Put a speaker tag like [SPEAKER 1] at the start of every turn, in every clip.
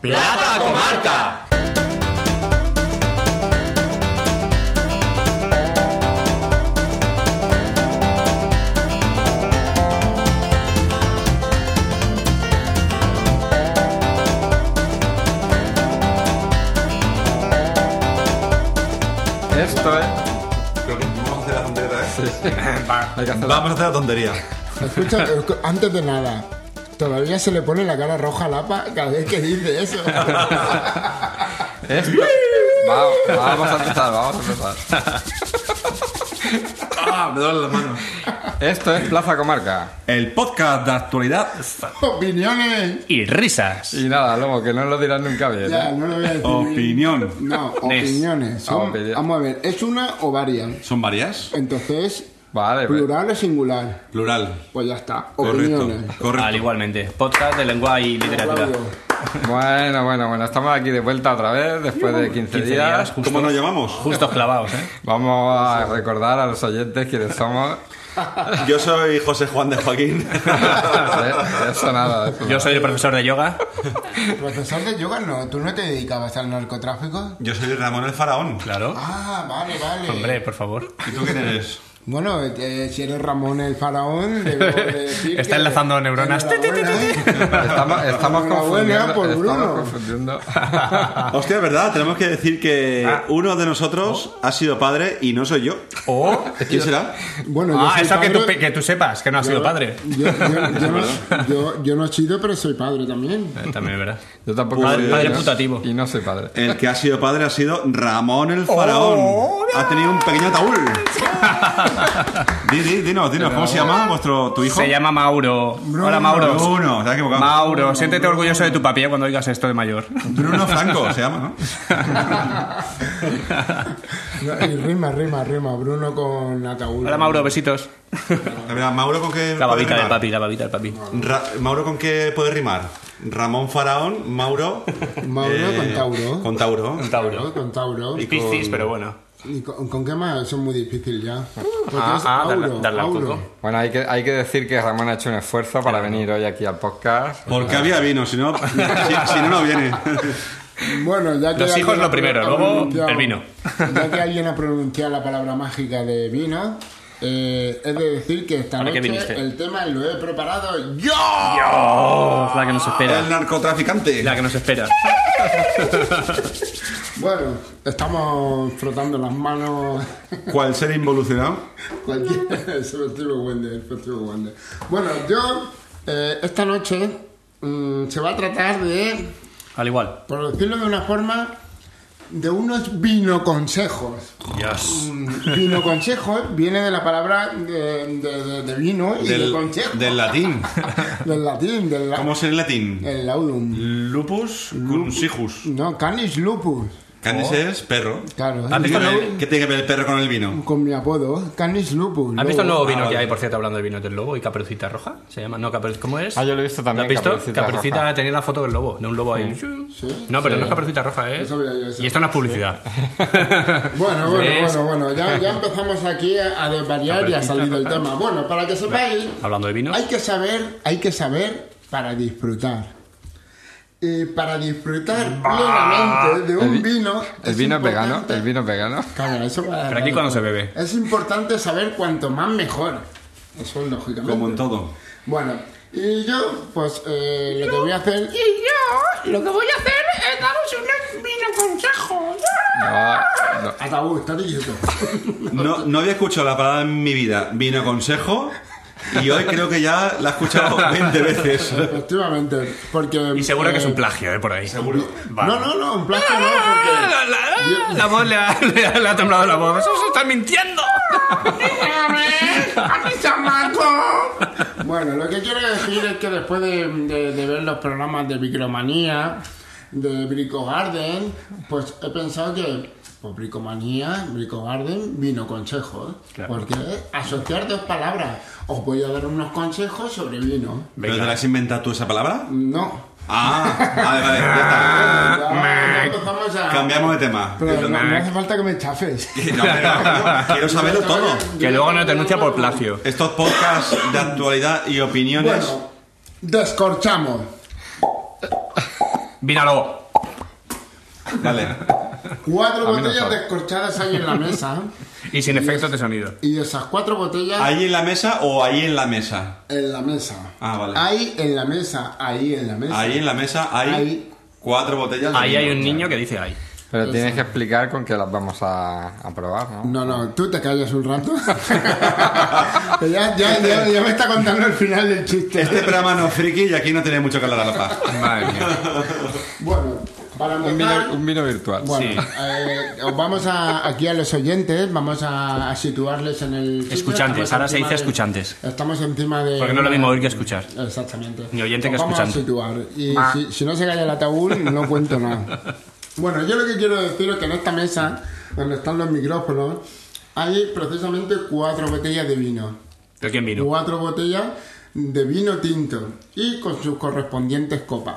[SPEAKER 1] Plata Comarca.
[SPEAKER 2] Esto es.
[SPEAKER 3] Creo que vamos a hacer la tontería, ¿eh?
[SPEAKER 2] Hay que hacerlo.
[SPEAKER 3] Vamos a hacer la tontería.
[SPEAKER 4] Escucha, escu- antes de nada, todavía se le pone la cara roja a Lapa cada vez que dice eso.
[SPEAKER 2] Esto- Va- vamos a empezar, vamos a empezar.
[SPEAKER 5] Ah, me duele la mano.
[SPEAKER 2] Esto es Plaza Comarca.
[SPEAKER 5] El podcast de actualidad.
[SPEAKER 4] Opiniones.
[SPEAKER 5] Y risas.
[SPEAKER 2] Y nada, Lobo, que no lo dirás nunca bien.
[SPEAKER 4] Ya,
[SPEAKER 2] ¿eh?
[SPEAKER 4] no lo voy a decir.
[SPEAKER 5] Opinión.
[SPEAKER 4] No,
[SPEAKER 5] Nes.
[SPEAKER 4] opiniones.
[SPEAKER 2] Ah,
[SPEAKER 4] Son-
[SPEAKER 2] opinión.
[SPEAKER 4] vamos a ver, ¿es una o varias?
[SPEAKER 5] ¿Son varias?
[SPEAKER 4] Entonces,
[SPEAKER 2] Vale, pues.
[SPEAKER 4] plural o singular.
[SPEAKER 3] Plural.
[SPEAKER 4] Pues ya está.
[SPEAKER 3] Correcto.
[SPEAKER 4] Opiniones.
[SPEAKER 3] Correcto.
[SPEAKER 6] Al igualmente, podcast de lengua y literatura.
[SPEAKER 4] Claudio.
[SPEAKER 2] Bueno, bueno, bueno. Estamos aquí de vuelta otra vez después de 15 días.
[SPEAKER 6] justo,
[SPEAKER 3] ¿Cómo nos llamamos?
[SPEAKER 6] justos clavados, ¿eh?
[SPEAKER 2] Vamos a recordar a los oyentes quiénes somos.
[SPEAKER 3] Yo soy José Juan de Joaquín.
[SPEAKER 2] Eh, Eso nada. eso
[SPEAKER 6] Yo soy el profesor de yoga.
[SPEAKER 4] Profesor de yoga, no, tú no te dedicabas al narcotráfico.
[SPEAKER 3] Yo soy Ramón el Faraón.
[SPEAKER 6] Claro.
[SPEAKER 4] Ah, vale, vale.
[SPEAKER 6] Hombre, por favor.
[SPEAKER 3] ¿Y tú quién eres?
[SPEAKER 4] Bueno, eh, si eres Ramón el faraón, debo de decir
[SPEAKER 6] Está
[SPEAKER 4] que-
[SPEAKER 6] enlazando neuronas.
[SPEAKER 4] Enhorabuena, ¿eh?
[SPEAKER 2] nada. Estamos, estamos
[SPEAKER 4] Enhorabuena
[SPEAKER 2] confundiendo.
[SPEAKER 4] por
[SPEAKER 2] Estamos
[SPEAKER 4] Bruno.
[SPEAKER 2] confundiendo.
[SPEAKER 3] Hostia, es verdad, tenemos que decir que uno de nosotros ha sido padre y no soy yo.
[SPEAKER 6] Oh.
[SPEAKER 3] ¿Quién será?
[SPEAKER 4] Bueno, yo
[SPEAKER 6] Ah,
[SPEAKER 4] soy
[SPEAKER 6] eso que tú,
[SPEAKER 4] padre-
[SPEAKER 6] pe- que tú sepas, que no has sido padre.
[SPEAKER 4] Yo, Eh, yo- yo no, yo- yo no he sido, pero soy padre también.
[SPEAKER 6] Eh, También es verdad.
[SPEAKER 2] Yo tampoco
[SPEAKER 3] Padre-
[SPEAKER 2] soy-
[SPEAKER 3] padre
[SPEAKER 2] yo-
[SPEAKER 6] putativo.
[SPEAKER 2] Y no soy padre.
[SPEAKER 3] El que ha sido padre ha sido Ramón el Faraón. ha tenido un pequeño ataúd. Di, di, dinos, dinos, ¿cómo se llama vuestro, tu hijo?
[SPEAKER 6] Se llama Mauro. Hola, Mauro.
[SPEAKER 3] Bruno, te has equivocado.
[SPEAKER 6] Mauro, siéntete orgulloso de tu papi ¿eh? cuando oigas esto de mayor.
[SPEAKER 3] Bruno Franco se llama, ¿no?
[SPEAKER 4] No, Y rima, rima, rima. Bruno con ataúd.
[SPEAKER 6] Hola, Mauro, besitos.
[SPEAKER 3] A ver, Mauro con qué.
[SPEAKER 6] La
[SPEAKER 3] puede
[SPEAKER 6] babita del
[SPEAKER 3] rimar?
[SPEAKER 6] papi, la babita del papi.
[SPEAKER 3] Ra- Mauro con qué puede rimar? Ramón Faraón, Mauro. Eh,
[SPEAKER 4] Mauro con Tauro.
[SPEAKER 3] Con Tauro.
[SPEAKER 4] ¿no?
[SPEAKER 6] Tauro.
[SPEAKER 4] Con Tauro.
[SPEAKER 6] Y Piscis, pero bueno.
[SPEAKER 4] ¿Y con, con qué más? Eso es muy difícil ya. Porque
[SPEAKER 6] Ah,
[SPEAKER 4] es
[SPEAKER 6] ah,
[SPEAKER 4] auro,
[SPEAKER 6] darle- darle al
[SPEAKER 4] auro.
[SPEAKER 6] coco.
[SPEAKER 2] Bueno, hay que, hay que decir que Ramón ha hecho un esfuerzo para venir hoy aquí al podcast.
[SPEAKER 3] Porque había vino, si no, si, si no, no viene.
[SPEAKER 4] Bueno, ya que
[SPEAKER 6] Los hijos
[SPEAKER 4] alguien
[SPEAKER 6] lo
[SPEAKER 4] ha
[SPEAKER 6] primero,
[SPEAKER 4] pro- ha
[SPEAKER 6] luego
[SPEAKER 4] pronunciado-
[SPEAKER 6] el vino.
[SPEAKER 4] Ya que alguien ha pronunciado la palabra mágica de vino, eh, es de decir que esta
[SPEAKER 6] ¿Para qué
[SPEAKER 4] noche
[SPEAKER 6] viniste?
[SPEAKER 4] el tema lo he preparado yo.
[SPEAKER 6] Dios, Oh, la que nos espera.
[SPEAKER 3] El narcotraficante.
[SPEAKER 6] La que nos espera.
[SPEAKER 4] Bueno, estamos frotando las manos.
[SPEAKER 3] ¿Cuál ser involucionado?
[SPEAKER 4] Cualquier. sobre el Steve Wonder, el Steve Wonder. Bueno, yo eh, esta noche mm, se va a tratar de,
[SPEAKER 6] Al igual.
[SPEAKER 4] por decirlo de una forma, de unos vino consejos.
[SPEAKER 6] Dios.
[SPEAKER 4] Vino consejos viene de la palabra de, de- de- de vino y de consejo.
[SPEAKER 3] del latín.
[SPEAKER 4] Del latín, del la-
[SPEAKER 3] ¿Cómo es el latín?
[SPEAKER 4] el laudum.
[SPEAKER 3] Lupus crucijus.
[SPEAKER 4] No, canis lupus.
[SPEAKER 3] Canis es perro.
[SPEAKER 4] Claro,
[SPEAKER 3] ¿Qué
[SPEAKER 6] ¿Has visto
[SPEAKER 3] tiene
[SPEAKER 6] el
[SPEAKER 3] que ver- ¿Qué tiene que ver el perro con el vino?
[SPEAKER 4] con mi apodo, canis lupus.
[SPEAKER 6] ¿Has visto el
[SPEAKER 4] lobo.
[SPEAKER 6] nuevo vino que hay, por cierto, hablando del vino del lobo y Caperucita Roja? Se llama, no, Caperucita, ¿cómo es?
[SPEAKER 2] Ah, yo lo he visto
[SPEAKER 6] ¿Lo
[SPEAKER 2] también.
[SPEAKER 6] has visto?
[SPEAKER 2] Caperucita
[SPEAKER 6] Caperucita,
[SPEAKER 2] Roja.
[SPEAKER 6] tenía la foto del lobo, de un lobo ahí.
[SPEAKER 4] Sí.
[SPEAKER 6] No, pero no es Caperucita Roja, ¿eh?
[SPEAKER 4] Eso veía yo, eso.
[SPEAKER 6] Y esto no es publicidad.
[SPEAKER 4] Bueno, bueno,
[SPEAKER 6] ¿Ves?
[SPEAKER 4] bueno, bueno, ya, ya empezamos aquí a, a desvariar y ha salido el tema. Bueno, para que sepáis,
[SPEAKER 6] Hablando de vinos.
[SPEAKER 4] hay que saber, hay que saber para disfrutar. Y para disfrutar
[SPEAKER 6] Ah.
[SPEAKER 4] plenamente de un vino.
[SPEAKER 2] El
[SPEAKER 4] es
[SPEAKER 2] vino es vegano,
[SPEAKER 4] importante-
[SPEAKER 2] el vino es vegano.
[SPEAKER 4] Claro, eso va-
[SPEAKER 6] Pero aquí cuando se bebe.
[SPEAKER 4] Es importante saber cuanto más mejor. Eso es lógicamente.
[SPEAKER 3] Como en todo.
[SPEAKER 4] Bueno, y yo, pues eh, lo que voy a hacer.
[SPEAKER 7] yo lo que voy a hacer es daros unos mini consejos.
[SPEAKER 2] No, no.
[SPEAKER 4] Ataúd, estate quieto.
[SPEAKER 3] No, no había escuchado la palabra en mi vida. Vino consejo. Y hoy creo que ya la he escuchado 20 veces.
[SPEAKER 4] Efectivamente, porque.
[SPEAKER 6] Y seguro que es un
[SPEAKER 4] eh,
[SPEAKER 6] plagio, ¿eh? Por ahí. Seguro.
[SPEAKER 4] No, no, no, un plástico no, porque.
[SPEAKER 6] La, ah, la- la voz le ha, le ha- le ha temblado la voz. ¡Eso se está mintiendo!
[SPEAKER 7] Dígame, a mi chamaco.
[SPEAKER 4] Bueno, lo que quiero decir es que después de, de- de ver los programas de Micromanía, de Brico Garden, pues he pensado que pues, Bricomanía, Brico Garden, vino consejos. Porque es asociar dos palabras. Os voy a dar unos consejos sobre vino.
[SPEAKER 3] ¿Pero te la has inventado tú esa palabra?
[SPEAKER 4] No.
[SPEAKER 3] Ah, vale, vale, ya está.
[SPEAKER 4] Ya- ya empezamos a-
[SPEAKER 3] Ah, Cambiamos de tema.
[SPEAKER 4] Pero no, no hace falta que me chafes.
[SPEAKER 3] No, pero quiero saberlo todo.
[SPEAKER 6] Que luego no denuncia por plagio.
[SPEAKER 3] Estos podcasts de actualidad y opiniones.
[SPEAKER 4] Bueno, descorchamos.
[SPEAKER 6] Vínalo.
[SPEAKER 3] Vale.
[SPEAKER 4] Cuatro
[SPEAKER 6] A mí no
[SPEAKER 4] botellas
[SPEAKER 6] sabe.
[SPEAKER 4] descorchadas hay en la mesa. ¿eh?
[SPEAKER 6] Y sin efectos de sonido.
[SPEAKER 4] Y de esas cuatro botellas
[SPEAKER 3] ¿Ahí en la mesa o ahí en la mesa?
[SPEAKER 4] en la mesa.
[SPEAKER 3] Ah, vale.
[SPEAKER 4] Ahí en la mesa, ahí en la mesa.
[SPEAKER 3] Ahí en la mesa hay
[SPEAKER 4] Ahí.
[SPEAKER 3] cuatro botellas. de
[SPEAKER 6] Ahí hay
[SPEAKER 3] vino.
[SPEAKER 6] un niño que dice ahí. Pues
[SPEAKER 2] Pero tienes que explicar con que las vamos a, a probar, ¿no?
[SPEAKER 4] No, no, tú te callas un rato. Que ya, ya, ya, ya me está contando el final del chiste.
[SPEAKER 3] Este programa no es friki y aquí no tenéis mucho que hablar a la paz.
[SPEAKER 6] Madre mía.
[SPEAKER 4] Bueno, para
[SPEAKER 2] Un vino,
[SPEAKER 4] empezar,
[SPEAKER 2] un vino virtual.
[SPEAKER 4] bueno, eh, os vamos a, aquí a los oyentes, vamos a, a situarles en el... sitio.
[SPEAKER 6] Escuchantes,
[SPEAKER 4] Estamos
[SPEAKER 6] ahora se
[SPEAKER 4] encima
[SPEAKER 6] dice
[SPEAKER 4] de-
[SPEAKER 6] escuchantes.
[SPEAKER 4] Estamos encima de...
[SPEAKER 6] Porque no es lo mismo oír que escuchar.
[SPEAKER 4] Exactamente.
[SPEAKER 6] Ni oyente
[SPEAKER 4] Os
[SPEAKER 6] que
[SPEAKER 4] vamos a
[SPEAKER 6] escuchante.
[SPEAKER 4] situar. Y si, si no se calla el ataúd, no cuento nada. Bueno, yo lo que quiero decir es que en esta mesa, donde están los micrófonos, hay precisamente cuatro botellas de vino.
[SPEAKER 6] ¿De quién vino?
[SPEAKER 4] Cuatro botellas de vino tinto y con sus correspondientes copas.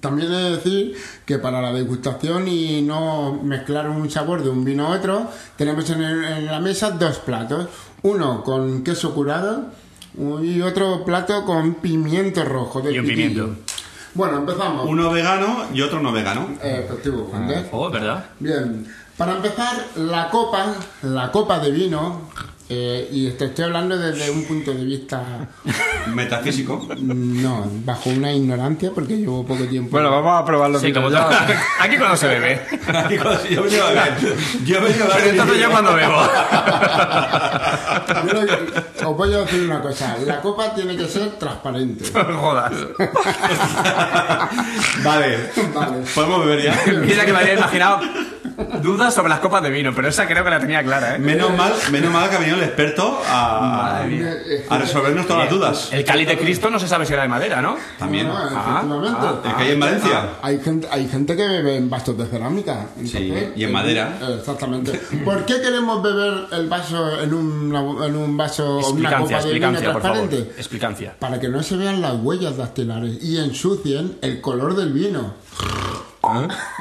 [SPEAKER 4] También he de decir que para la degustación y no mezclar un sabor de un vino a otro, tenemos en, el- en la mesa dos platos. Uno con queso curado y otro plato con pimiento rojo. de
[SPEAKER 6] Y un
[SPEAKER 4] pitillo.
[SPEAKER 6] pimiento.
[SPEAKER 4] Bueno, empezamos.
[SPEAKER 3] Uno vegano y otro no vegano.
[SPEAKER 4] Eh, efectivo, Juan, ¿eh?
[SPEAKER 6] Oh, ¿verdad?
[SPEAKER 4] Bien, para empezar, la copa, la copa de vino, eh, y te estoy hablando desde un punto de vista, mm,
[SPEAKER 3] Metafísico.
[SPEAKER 4] no, bajo una ignorancia, porque llevo poco tiempo.
[SPEAKER 2] Bueno, vamos a probar los
[SPEAKER 6] Sí,
[SPEAKER 2] vinos
[SPEAKER 6] como
[SPEAKER 2] ya.
[SPEAKER 6] Aquí cuando se bebe.
[SPEAKER 3] Amigos, yo he venido a ver. Yo he venido a ver.
[SPEAKER 6] Pero entonces yo cuando bebo.
[SPEAKER 4] Yo lo- os voy a decir una cosa, la copa tiene que ser transparente.
[SPEAKER 6] Jodas.
[SPEAKER 3] Vale.
[SPEAKER 4] Vale.
[SPEAKER 3] Podemos beber ya.
[SPEAKER 6] Mira que me había imaginado dudas sobre las copas de vino, pero esa creo que la tenía clara, ¿eh?
[SPEAKER 3] Menos mal, menos mal que ha venido el experto a, a resolvernos todas las dudas.
[SPEAKER 6] El cáliz de Cristo no se sabe si era de madera, ¿no?
[SPEAKER 3] También.
[SPEAKER 4] No, no,
[SPEAKER 6] Ah,
[SPEAKER 4] efectivamente.
[SPEAKER 3] El que hay en Valencia.
[SPEAKER 4] Hay gente, hay gente que bebe en vasos de cerámica. entonces-
[SPEAKER 3] y en madera.
[SPEAKER 4] Exactamente. ¿Por qué queremos beber el vaso en un, en un vaso o una
[SPEAKER 6] Explicancia,
[SPEAKER 4] copa de vino
[SPEAKER 6] explicancia, por favor.
[SPEAKER 4] transparente?
[SPEAKER 6] Explicancia.
[SPEAKER 4] Para que no se vean las huellas dactilares y ensucien el color del vino.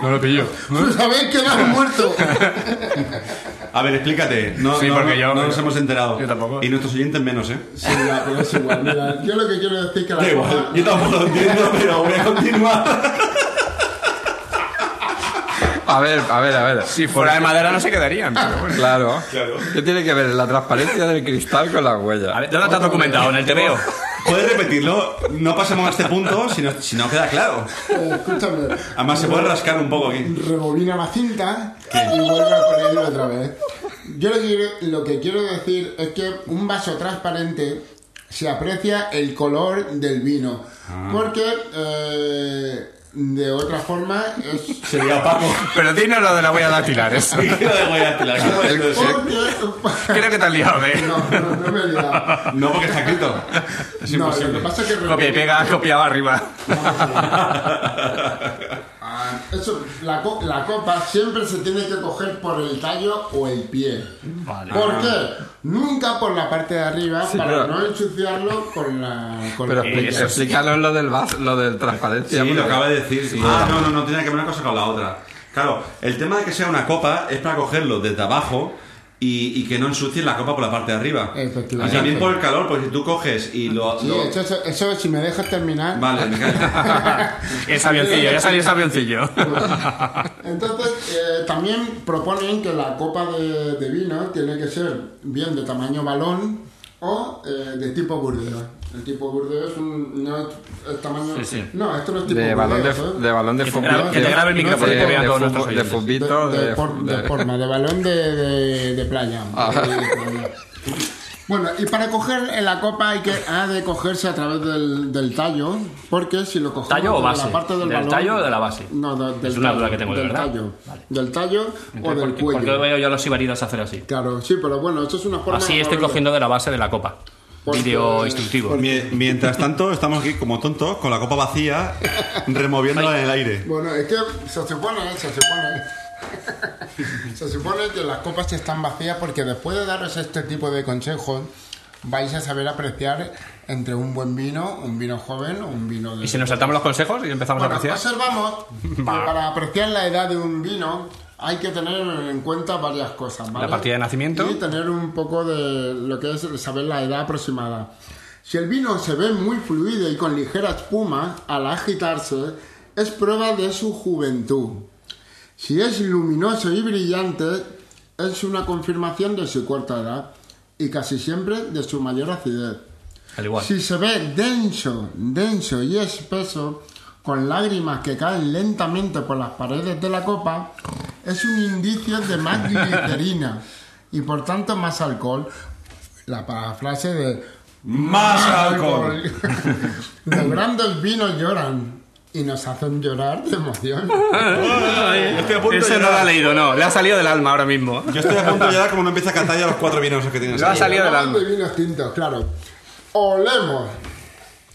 [SPEAKER 5] No lo pillo.
[SPEAKER 3] ¿Eh?
[SPEAKER 4] ¿Tú sabéis que no han muerto?
[SPEAKER 3] A ver, explícate. No,
[SPEAKER 6] Sí,
[SPEAKER 3] no,
[SPEAKER 6] porque
[SPEAKER 3] no-
[SPEAKER 6] yo-
[SPEAKER 3] no nos hemos enterado.
[SPEAKER 6] Yo tampoco.
[SPEAKER 3] Y nuestros oyentes menos, ¿eh?
[SPEAKER 4] Sí, ya, pero es igual. Mira, yo lo que quiero decir es que la
[SPEAKER 3] Da igual.
[SPEAKER 4] copa-
[SPEAKER 3] Yo tampoco lo entiendo, pero voy a continuar.
[SPEAKER 2] A ver, a ver, a ver.
[SPEAKER 6] Si fuera de madera no se quedarían, pero bueno.
[SPEAKER 2] Claro.
[SPEAKER 3] Claro.
[SPEAKER 2] ¿Qué tiene que ver la transparencia del cristal con las huellas?
[SPEAKER 6] A ver, ¿dónde estás documentado? ¿En el TVO?
[SPEAKER 3] ¿Puedes repetirlo? No pasamos a este punto si no, si no queda claro.
[SPEAKER 4] Eh, escúchame.
[SPEAKER 3] Además, se puede rascar un poco aquí.
[SPEAKER 4] rebobina la cinta y vuelve a ponerlo otra vez. Yo lo que, quiero, lo que quiero decir es que un vaso transparente se aprecia el color del vino. Porque eh, de otra forma es.
[SPEAKER 3] Sería Paco.
[SPEAKER 6] Pero dinos lo de la huella dactilar, eso.
[SPEAKER 3] ¿Qué de Guayatila? ¿Cómo es eso?
[SPEAKER 4] Porque-
[SPEAKER 6] Creo que te has liado, ¿eh?
[SPEAKER 4] No, no, no me he liado.
[SPEAKER 3] No, porque está escrito. Es
[SPEAKER 4] No, lo que
[SPEAKER 3] imposible.
[SPEAKER 4] pasa es que.
[SPEAKER 6] Copia y
[SPEAKER 4] rebobina-
[SPEAKER 6] pega, copiaba arriba.
[SPEAKER 4] Ah, eso, la, co- la copa siempre se tiene que coger por el tallo o el pie. ¿Por qué? Nunca por la parte de arriba
[SPEAKER 2] Ah. Sí,
[SPEAKER 4] para
[SPEAKER 2] pero-
[SPEAKER 4] no ensuciarlo con la. Con
[SPEAKER 2] Pero eh,
[SPEAKER 4] la-
[SPEAKER 2] explí-
[SPEAKER 6] Eso sí.
[SPEAKER 2] explícanos lo del vaso, lo del transparencia.
[SPEAKER 3] Sí, lo
[SPEAKER 2] porque-
[SPEAKER 3] acaba de decir. Ah, no, no, no tiene que ver una cosa con la otra. Claro, el tema de que sea una copa es para cogerlo desde abajo y, y que no ensucie la copa por la parte de arriba.
[SPEAKER 4] Efectivamente.
[SPEAKER 3] Y también por el calor, porque si tú coges y lo.
[SPEAKER 4] Sí,
[SPEAKER 3] lo-
[SPEAKER 4] eso, eso- eso, si me dejas terminar.
[SPEAKER 3] Vale, me callo.
[SPEAKER 6] Es avioncillo, ya salió ese avioncillo.
[SPEAKER 4] Entonces, eh, también proponen que la copa de, de vino tiene que ser bien de tamaño balón o eh, de tipo burdeos. El tipo burdeos es un. No es, es tamaño.
[SPEAKER 6] Sí, sí.
[SPEAKER 4] No, esto no es tipo
[SPEAKER 2] De balón de,
[SPEAKER 4] burdeos, ¿eh?
[SPEAKER 2] de balón de
[SPEAKER 6] Que te
[SPEAKER 2] fútbol.
[SPEAKER 6] grabe- que te grabe el micrófono y
[SPEAKER 2] de,
[SPEAKER 6] que vean
[SPEAKER 2] de
[SPEAKER 6] todos nuestros
[SPEAKER 2] fútbol- de
[SPEAKER 6] oyentes.
[SPEAKER 4] de,
[SPEAKER 2] futbito,
[SPEAKER 4] de
[SPEAKER 2] de,
[SPEAKER 4] por- de
[SPEAKER 2] de-
[SPEAKER 4] forma, de balón de, de- de playa. De- de playa. Bueno, y para coger en la copa hay que ha de cogerse a través del, del tallo, porque si lo cogemos
[SPEAKER 6] ¿Tallo o
[SPEAKER 4] de
[SPEAKER 6] base?
[SPEAKER 4] la parte del,
[SPEAKER 6] ¿Del
[SPEAKER 4] balón-
[SPEAKER 6] tallo o de la base?
[SPEAKER 4] No, de- del
[SPEAKER 6] Es una
[SPEAKER 4] tallo,
[SPEAKER 6] duda que tengo, de
[SPEAKER 4] del
[SPEAKER 6] verdad.
[SPEAKER 4] tallo,
[SPEAKER 6] Vale.
[SPEAKER 4] del tallo o del
[SPEAKER 6] Porque, porque
[SPEAKER 4] cuello.
[SPEAKER 6] veo yo a los ibaritas hacer así.
[SPEAKER 4] Claro, sí, pero bueno, esto es una forma.
[SPEAKER 6] Así
[SPEAKER 4] de
[SPEAKER 6] estoy
[SPEAKER 4] verlo.
[SPEAKER 6] cogiendo de la base de la copa.
[SPEAKER 4] Porque-
[SPEAKER 6] Vídeo instructivo.
[SPEAKER 3] Mie- Mientras tanto, estamos aquí como tontos, con la copa vacía, removiéndola en el aire.
[SPEAKER 4] Bueno, es que se supone, se supone. se supone que las copas están vacías porque después de daros este tipo de consejos vais a saber apreciar entre un buen vino, un vino joven o un vino de...
[SPEAKER 6] ¿Y si nos saltamos los consejos y empezamos
[SPEAKER 4] Bueno,
[SPEAKER 6] a apreciar?
[SPEAKER 4] observamos que para apreciar la edad de un vino hay que tener en cuenta varias cosas. ¿vale?
[SPEAKER 6] La partida de nacimiento.
[SPEAKER 4] Y tener un poco de lo que es saber la edad aproximada. Si el vino se ve muy fluido y con ligera espuma al agitarse, es prueba de su juventud. Si es luminoso y brillante, es una confirmación de su corta edad y casi siempre de su mayor acidez.
[SPEAKER 1] Al igual.
[SPEAKER 4] Si se ve denso, denso y espeso, con lágrimas que caen lentamente por las paredes de la copa, es un indicio de más glicerina y por tanto más alcohol. La parafrase de
[SPEAKER 3] Más alcohol.
[SPEAKER 4] Los grandes vinos lloran y nos hacen llorar de emoción.
[SPEAKER 3] Estoy a punto de
[SPEAKER 6] Ese no lo ha
[SPEAKER 3] llorar.
[SPEAKER 6] leído, no. Le ha salido del alma ahora mismo.
[SPEAKER 3] Yo estoy a punto de llorar como no empieza a cantar ya los cuatro vinos que tienes.
[SPEAKER 6] Lo ha
[SPEAKER 3] ahí.
[SPEAKER 6] salido del alma.
[SPEAKER 4] Hablando de vinos tintos, claro. Olemos.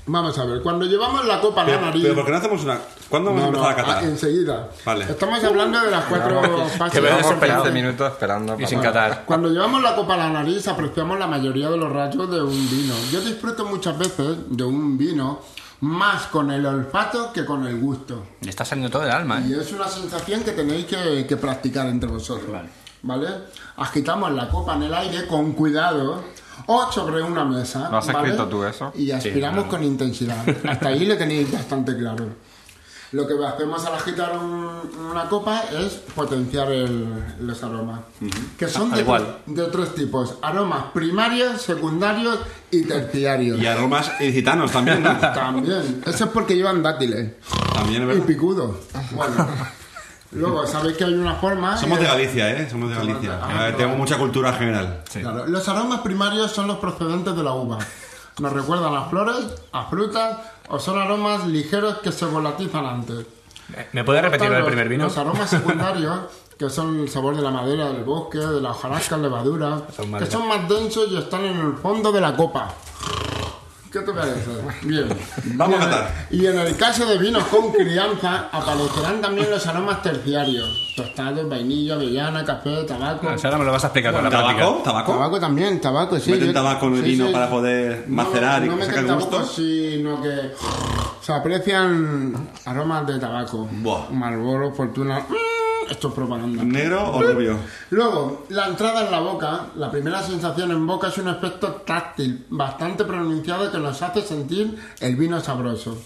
[SPEAKER 4] Vamos a ver, cuando llevamos la copa a la
[SPEAKER 3] Pero,
[SPEAKER 4] nariz.
[SPEAKER 3] pero ¿por qué no hacemos una...? ¿Cuándo vamos
[SPEAKER 4] No,
[SPEAKER 3] a
[SPEAKER 4] no,
[SPEAKER 3] empezar a
[SPEAKER 4] ah,
[SPEAKER 3] catar?
[SPEAKER 4] enseguida.
[SPEAKER 3] Vale.
[SPEAKER 4] Estamos hablando de las cuatro fases.
[SPEAKER 6] Ah, que veo
[SPEAKER 2] Llevamos 15
[SPEAKER 6] desesperado.
[SPEAKER 2] minutos esperando.
[SPEAKER 1] Y sin
[SPEAKER 2] para-
[SPEAKER 1] catar.
[SPEAKER 4] Cuando llevamos la copa a la nariz apreciamos la mayoría de los rasgos de un vino. Yo disfruto muchas veces de un vino más con el olfato que con el gusto.
[SPEAKER 1] Le está saliendo todo del alma, ¿eh?
[SPEAKER 4] Y es una sensación que tenéis que, que practicar entre vosotros. Vale. Agitamos la copa en el aire con cuidado o sobre una mesa.
[SPEAKER 2] ¿Lo has
[SPEAKER 4] ¿vale?
[SPEAKER 2] escrito tú eso?
[SPEAKER 4] Y aspiramos con intensidad. Hasta ahí lo tenéis bastante claro. Lo que hacemos al agitar un- una copa es potenciar el- los aromas. Que son
[SPEAKER 1] Al
[SPEAKER 4] de,
[SPEAKER 1] igual.
[SPEAKER 4] de tres tipos. Aromas primarios, secundarios y terciarios.
[SPEAKER 3] Y aromas gitanos también, ¿no?
[SPEAKER 4] También. Eso es porque llevan dátiles.
[SPEAKER 3] También, es
[SPEAKER 4] Y
[SPEAKER 3] ¿verdad?
[SPEAKER 4] picudo. Bueno. Luego, sabéis que hay una forma.
[SPEAKER 3] Somos
[SPEAKER 4] eh,
[SPEAKER 3] de Galicia, ¿eh? Somos de Galicia.
[SPEAKER 4] Ah,
[SPEAKER 3] Eh,
[SPEAKER 4] claro.
[SPEAKER 3] tenemos mucha cultura general.
[SPEAKER 4] claro, los aromas primarios son los procedentes de la uva. Nos recuerdan a flores, a frutas o son aromas ligeros que se volatizan antes.
[SPEAKER 6] ¿Me puedes repetir lo del
[SPEAKER 4] Los-
[SPEAKER 6] primer vino?
[SPEAKER 4] Los aromas secundarios, que son el sabor de la madera, del bosque, de la hojarasca, levadura,
[SPEAKER 6] Son
[SPEAKER 4] que
[SPEAKER 6] madera.
[SPEAKER 4] son más densos y están en el fondo de la copa. ¿Qué te parece? Bien.
[SPEAKER 3] Vamos a catar.
[SPEAKER 4] Y en el caso de vinos con crianza, aparecerán también los aromas terciarios: tostados, vainilla, avellana, café, tabaco.
[SPEAKER 6] O sea, ahora me lo vas a explicar con la
[SPEAKER 3] ¿Tabaco?
[SPEAKER 6] práctica.
[SPEAKER 3] ¿Tabaco?
[SPEAKER 4] Tabaco también, tabaco, sí.
[SPEAKER 3] Meten
[SPEAKER 4] yo-
[SPEAKER 3] tabaco en el
[SPEAKER 4] sí,
[SPEAKER 3] vino
[SPEAKER 4] sí.
[SPEAKER 3] para poder macerar y
[SPEAKER 4] no meten
[SPEAKER 3] sacar
[SPEAKER 4] tabaco,
[SPEAKER 3] gusto.
[SPEAKER 4] sino que se aprecian aromas de tabaco.
[SPEAKER 3] Buah.
[SPEAKER 4] Marlboro, Fortuna. mm, Esto es propaganda.
[SPEAKER 3] ¿Negro o rubio?
[SPEAKER 4] Luego, la entrada en la boca, la primera sensación en boca es un aspecto táctil bastante pronunciado que nos hace sentir el vino sabroso.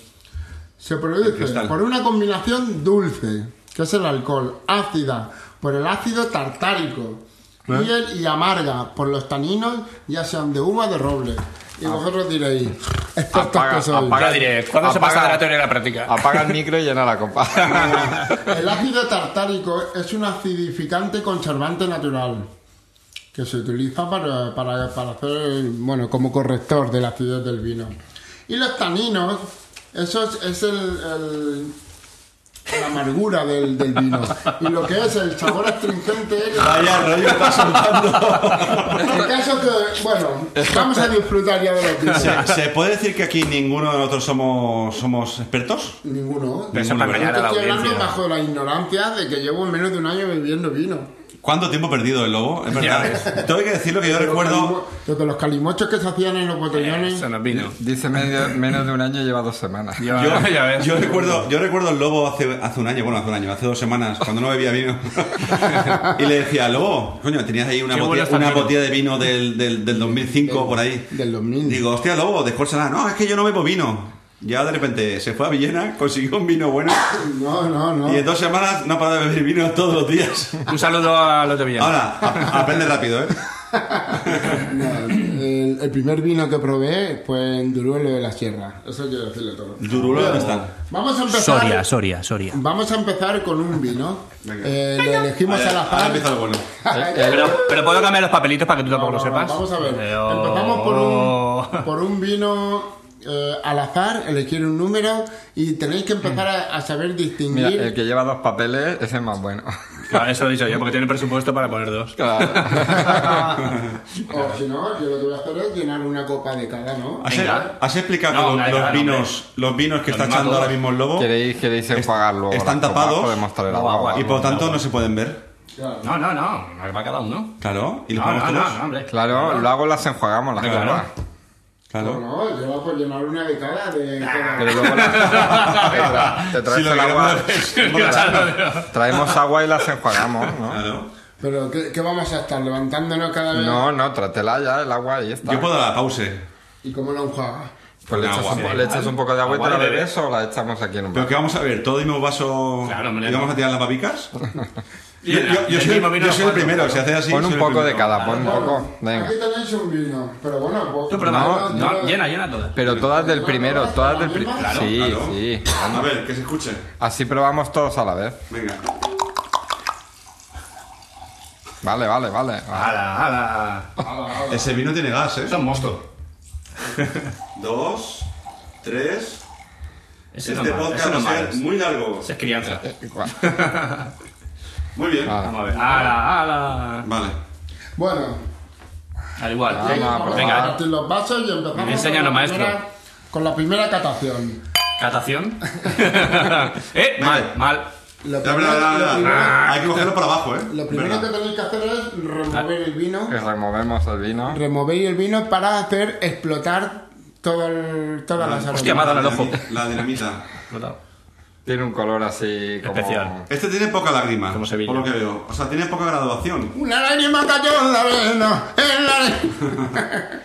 [SPEAKER 4] Se produce
[SPEAKER 3] cristal.
[SPEAKER 4] por una combinación dulce, que es el alcohol, ácida, por el ácido tartárico,
[SPEAKER 2] ¿Eh?
[SPEAKER 4] miel y amarga, por los taninos, ya sean de uva o de roble. Y vosotros diréis, estos
[SPEAKER 2] Ah. Apaga,
[SPEAKER 4] que soy.
[SPEAKER 2] apaga.
[SPEAKER 6] Ahora diré, ¿cuándo se
[SPEAKER 2] Apaga.
[SPEAKER 6] pasa de la teoría a la práctica?
[SPEAKER 2] Apaga el micro y llena la copa.
[SPEAKER 4] El ácido tartárico es un acidificante conservante natural que se utiliza para, para- para hacer, bueno, como corrector de la acidez del vino. Y los taninos, eso es, es el, el- la amargura del, del vino. Y lo que es el sabor astringente es...
[SPEAKER 3] Vaya rollo está soltando.
[SPEAKER 4] El caso que, bueno, vamos a disfrutar ya de los vinos.
[SPEAKER 3] ¿Se, se puede decir que aquí ninguno de nosotros somos, somos expertos?
[SPEAKER 4] Ninguno.
[SPEAKER 6] Pero eso
[SPEAKER 3] Ninguno,
[SPEAKER 6] para engañar a la
[SPEAKER 4] Estoy hablando
[SPEAKER 6] audiencia.
[SPEAKER 4] bajo la ignorancia de que llevo menos de un año bebiendo vino.
[SPEAKER 3] ¿Cuánto tiempo perdido el lobo? Es verdad. Tengo que decir lo que yo recuerdo. Eh,
[SPEAKER 4] Lo de los calimochos que se hacían en los botellones.
[SPEAKER 6] Eso no es vino.
[SPEAKER 2] Dice medio- menos de un año lleva dos semanas.
[SPEAKER 6] Yo,
[SPEAKER 3] Yo,
[SPEAKER 6] ya ves.
[SPEAKER 3] yo recuerdo, yo recuerdo el lobo hace, hace un año, bueno, hace un año, hace dos semanas, cuando no bebía vino. y le decía, lobo, coño, tenías ahí una,
[SPEAKER 6] Qué bueno
[SPEAKER 3] botella,
[SPEAKER 6] está el
[SPEAKER 3] una
[SPEAKER 6] vino".
[SPEAKER 3] botella de vino del, del, del 2005 por ahí.
[SPEAKER 4] Del 2000.
[SPEAKER 3] Digo, hostia, lobo, descórsela. No, es que yo no bebo vino. Ya de repente se fue a Villena, consiguió un vino bueno
[SPEAKER 4] No, no, no.
[SPEAKER 3] y en dos semanas no para de beber vino todos los días.
[SPEAKER 6] Un saludo a los de Villar.
[SPEAKER 3] Ahora, a- aprende rápido, ¿eh?
[SPEAKER 4] No, el, el primer vino que probé fue en Duruelo de la Sierra. Eso quiero decirle todo.
[SPEAKER 3] Duruelo, ¿dónde está?
[SPEAKER 4] Vamos a empezar.
[SPEAKER 6] Soria, Soria, Soria.
[SPEAKER 4] Vamos a empezar con un vino.
[SPEAKER 3] Venga.
[SPEAKER 4] Eh, lo elegimos al
[SPEAKER 3] Ahora- Ahora
[SPEAKER 4] azar.
[SPEAKER 3] empieza lo bueno.
[SPEAKER 6] Pero, pero puedo cambiar los papelitos para Eh, que tú tampoco
[SPEAKER 4] No,
[SPEAKER 6] lo
[SPEAKER 4] no, no,
[SPEAKER 6] sepas. Oh.
[SPEAKER 4] Vamos a ver.
[SPEAKER 6] Pero-
[SPEAKER 4] Empezamos por un, por un vino eh, al azar, elegir un número y tenéis que empezar a, a saber distinguir.
[SPEAKER 2] Mira,
[SPEAKER 6] eh,
[SPEAKER 2] el que lleva dos papeles, ese es más bueno.
[SPEAKER 6] Claro, eso lo he dicho yo, porque tiene presupuesto para poner dos.
[SPEAKER 4] O si no, yo lo que voy a hacer es llenar una copa de cada, ¿no?
[SPEAKER 3] ¿Has, e,
[SPEAKER 6] Venga.
[SPEAKER 3] has explicado
[SPEAKER 6] No,
[SPEAKER 3] que los,
[SPEAKER 6] venga,
[SPEAKER 3] los
[SPEAKER 6] no,
[SPEAKER 3] vinos, los vinos que está
[SPEAKER 6] mato.
[SPEAKER 3] echando ahora mismo el lobo
[SPEAKER 2] ¿Queréis, queréis enjuagar luego
[SPEAKER 3] están
[SPEAKER 2] las copas?
[SPEAKER 3] tapados.
[SPEAKER 2] Podemos traer
[SPEAKER 6] Agua,
[SPEAKER 2] agua o
[SPEAKER 6] agua.
[SPEAKER 3] y
[SPEAKER 2] algo.
[SPEAKER 3] por lo tanto no se pueden ver?
[SPEAKER 4] Claro.
[SPEAKER 6] No, no, no, va cada uno.
[SPEAKER 3] Claro, y los
[SPEAKER 6] No, no,
[SPEAKER 3] ponemos
[SPEAKER 6] no,
[SPEAKER 3] todos.
[SPEAKER 6] no, hombre.
[SPEAKER 2] Claro, luego las enjuagamos las
[SPEAKER 6] Claro.
[SPEAKER 2] copas.
[SPEAKER 4] No,
[SPEAKER 3] Claro.
[SPEAKER 4] no, yo voy por llenar una de cada de cada.
[SPEAKER 2] Pero luego las... te tra- te traes
[SPEAKER 3] Si lo
[SPEAKER 2] el agua.
[SPEAKER 3] queremos ver.
[SPEAKER 2] Traemos agua y las enjuagamos, ¿no?
[SPEAKER 3] Claro.
[SPEAKER 4] Pero ¿qué, qué vamos a estar? ¿Levantándonos cada vez?
[SPEAKER 2] No, no, trátela ya, el agua ahí está.
[SPEAKER 3] Yo puedo dar la pause.
[SPEAKER 4] ¿Y cómo lo enjuaga?
[SPEAKER 2] Pues le echas,
[SPEAKER 3] Agua,
[SPEAKER 2] un, po-
[SPEAKER 3] sí.
[SPEAKER 2] le echas un poco de agua y te
[SPEAKER 1] Agua
[SPEAKER 2] la
[SPEAKER 1] de bebé.
[SPEAKER 2] bebes o la echamos aquí en un
[SPEAKER 3] Pero
[SPEAKER 2] vaso.
[SPEAKER 3] que vamos a ver, todo el mismo vaso.
[SPEAKER 1] Claro, hombre,
[SPEAKER 3] ¿Y vamos
[SPEAKER 1] no.
[SPEAKER 3] a tirar las babicas?
[SPEAKER 1] Y
[SPEAKER 3] yo
[SPEAKER 1] el-
[SPEAKER 3] yo- yo
[SPEAKER 1] el
[SPEAKER 3] soy,
[SPEAKER 1] mismo vino
[SPEAKER 3] yo soy el
[SPEAKER 1] nosotros,
[SPEAKER 3] primero,
[SPEAKER 1] claro.
[SPEAKER 3] si haces así.
[SPEAKER 2] Pon
[SPEAKER 3] soy
[SPEAKER 2] un
[SPEAKER 3] el
[SPEAKER 2] poco de
[SPEAKER 3] primero.
[SPEAKER 2] cada, pon un poco. Venga.
[SPEAKER 4] Aquí tenéis un vino, pero bueno, pues-
[SPEAKER 6] Tú prueba,
[SPEAKER 2] No,
[SPEAKER 1] No, llena, llena toda.
[SPEAKER 2] Pero todas del primero, todas del primero.
[SPEAKER 3] Claro,
[SPEAKER 2] Sí,
[SPEAKER 3] claro.
[SPEAKER 2] sí.
[SPEAKER 3] A ver, que se escuche.
[SPEAKER 2] Así probamos todos a la vez.
[SPEAKER 3] Venga.
[SPEAKER 2] Vale, vale, vale.
[SPEAKER 6] ¡Hala, hala!
[SPEAKER 3] Ese vino tiene gas, ¿eh?
[SPEAKER 6] Esto es mosto.
[SPEAKER 3] Dos, tres.
[SPEAKER 1] Ese
[SPEAKER 3] Este
[SPEAKER 1] no mal,
[SPEAKER 3] podcast
[SPEAKER 1] ese
[SPEAKER 3] va
[SPEAKER 1] no
[SPEAKER 3] a
[SPEAKER 1] mal.
[SPEAKER 3] ser muy largo.
[SPEAKER 1] Ese es crianza.
[SPEAKER 3] Muy bien.
[SPEAKER 2] Ah.
[SPEAKER 6] Vamos a ver. ¡Hala, hala!
[SPEAKER 3] Vale.
[SPEAKER 4] Bueno,
[SPEAKER 1] Al igual.
[SPEAKER 2] Ah, Venga,
[SPEAKER 4] vamos
[SPEAKER 2] venga.
[SPEAKER 4] a partir los vasos y empezamos.
[SPEAKER 1] Enséñanos,
[SPEAKER 4] con la
[SPEAKER 1] maestro.
[SPEAKER 4] primera- con la primera catación.
[SPEAKER 1] Catación. eh, mal, mal.
[SPEAKER 4] Lo
[SPEAKER 3] Ya,
[SPEAKER 4] primero,
[SPEAKER 3] mira, mira,
[SPEAKER 4] lo
[SPEAKER 3] mira.
[SPEAKER 4] primero-
[SPEAKER 1] Ah.
[SPEAKER 3] Hay que cogerlo para abajo, ¿eh?
[SPEAKER 4] lo primero
[SPEAKER 3] ¿Verdad?
[SPEAKER 4] que tenéis que hacer es remover el vino.
[SPEAKER 2] Que removemos el vino.
[SPEAKER 4] Remover el vino para hacer explotar todo el, todas las aromas.
[SPEAKER 1] Hostia, me ha dado en el ojo.
[SPEAKER 3] La dinamita.
[SPEAKER 1] Explotado.
[SPEAKER 2] Tiene un color así como...
[SPEAKER 1] Especial.
[SPEAKER 3] Este tiene poca lágrima,
[SPEAKER 1] Como Sevilla.
[SPEAKER 3] por lo que veo. O sea, tiene poca graduación.
[SPEAKER 4] Una lágrima cayó en la vena, en la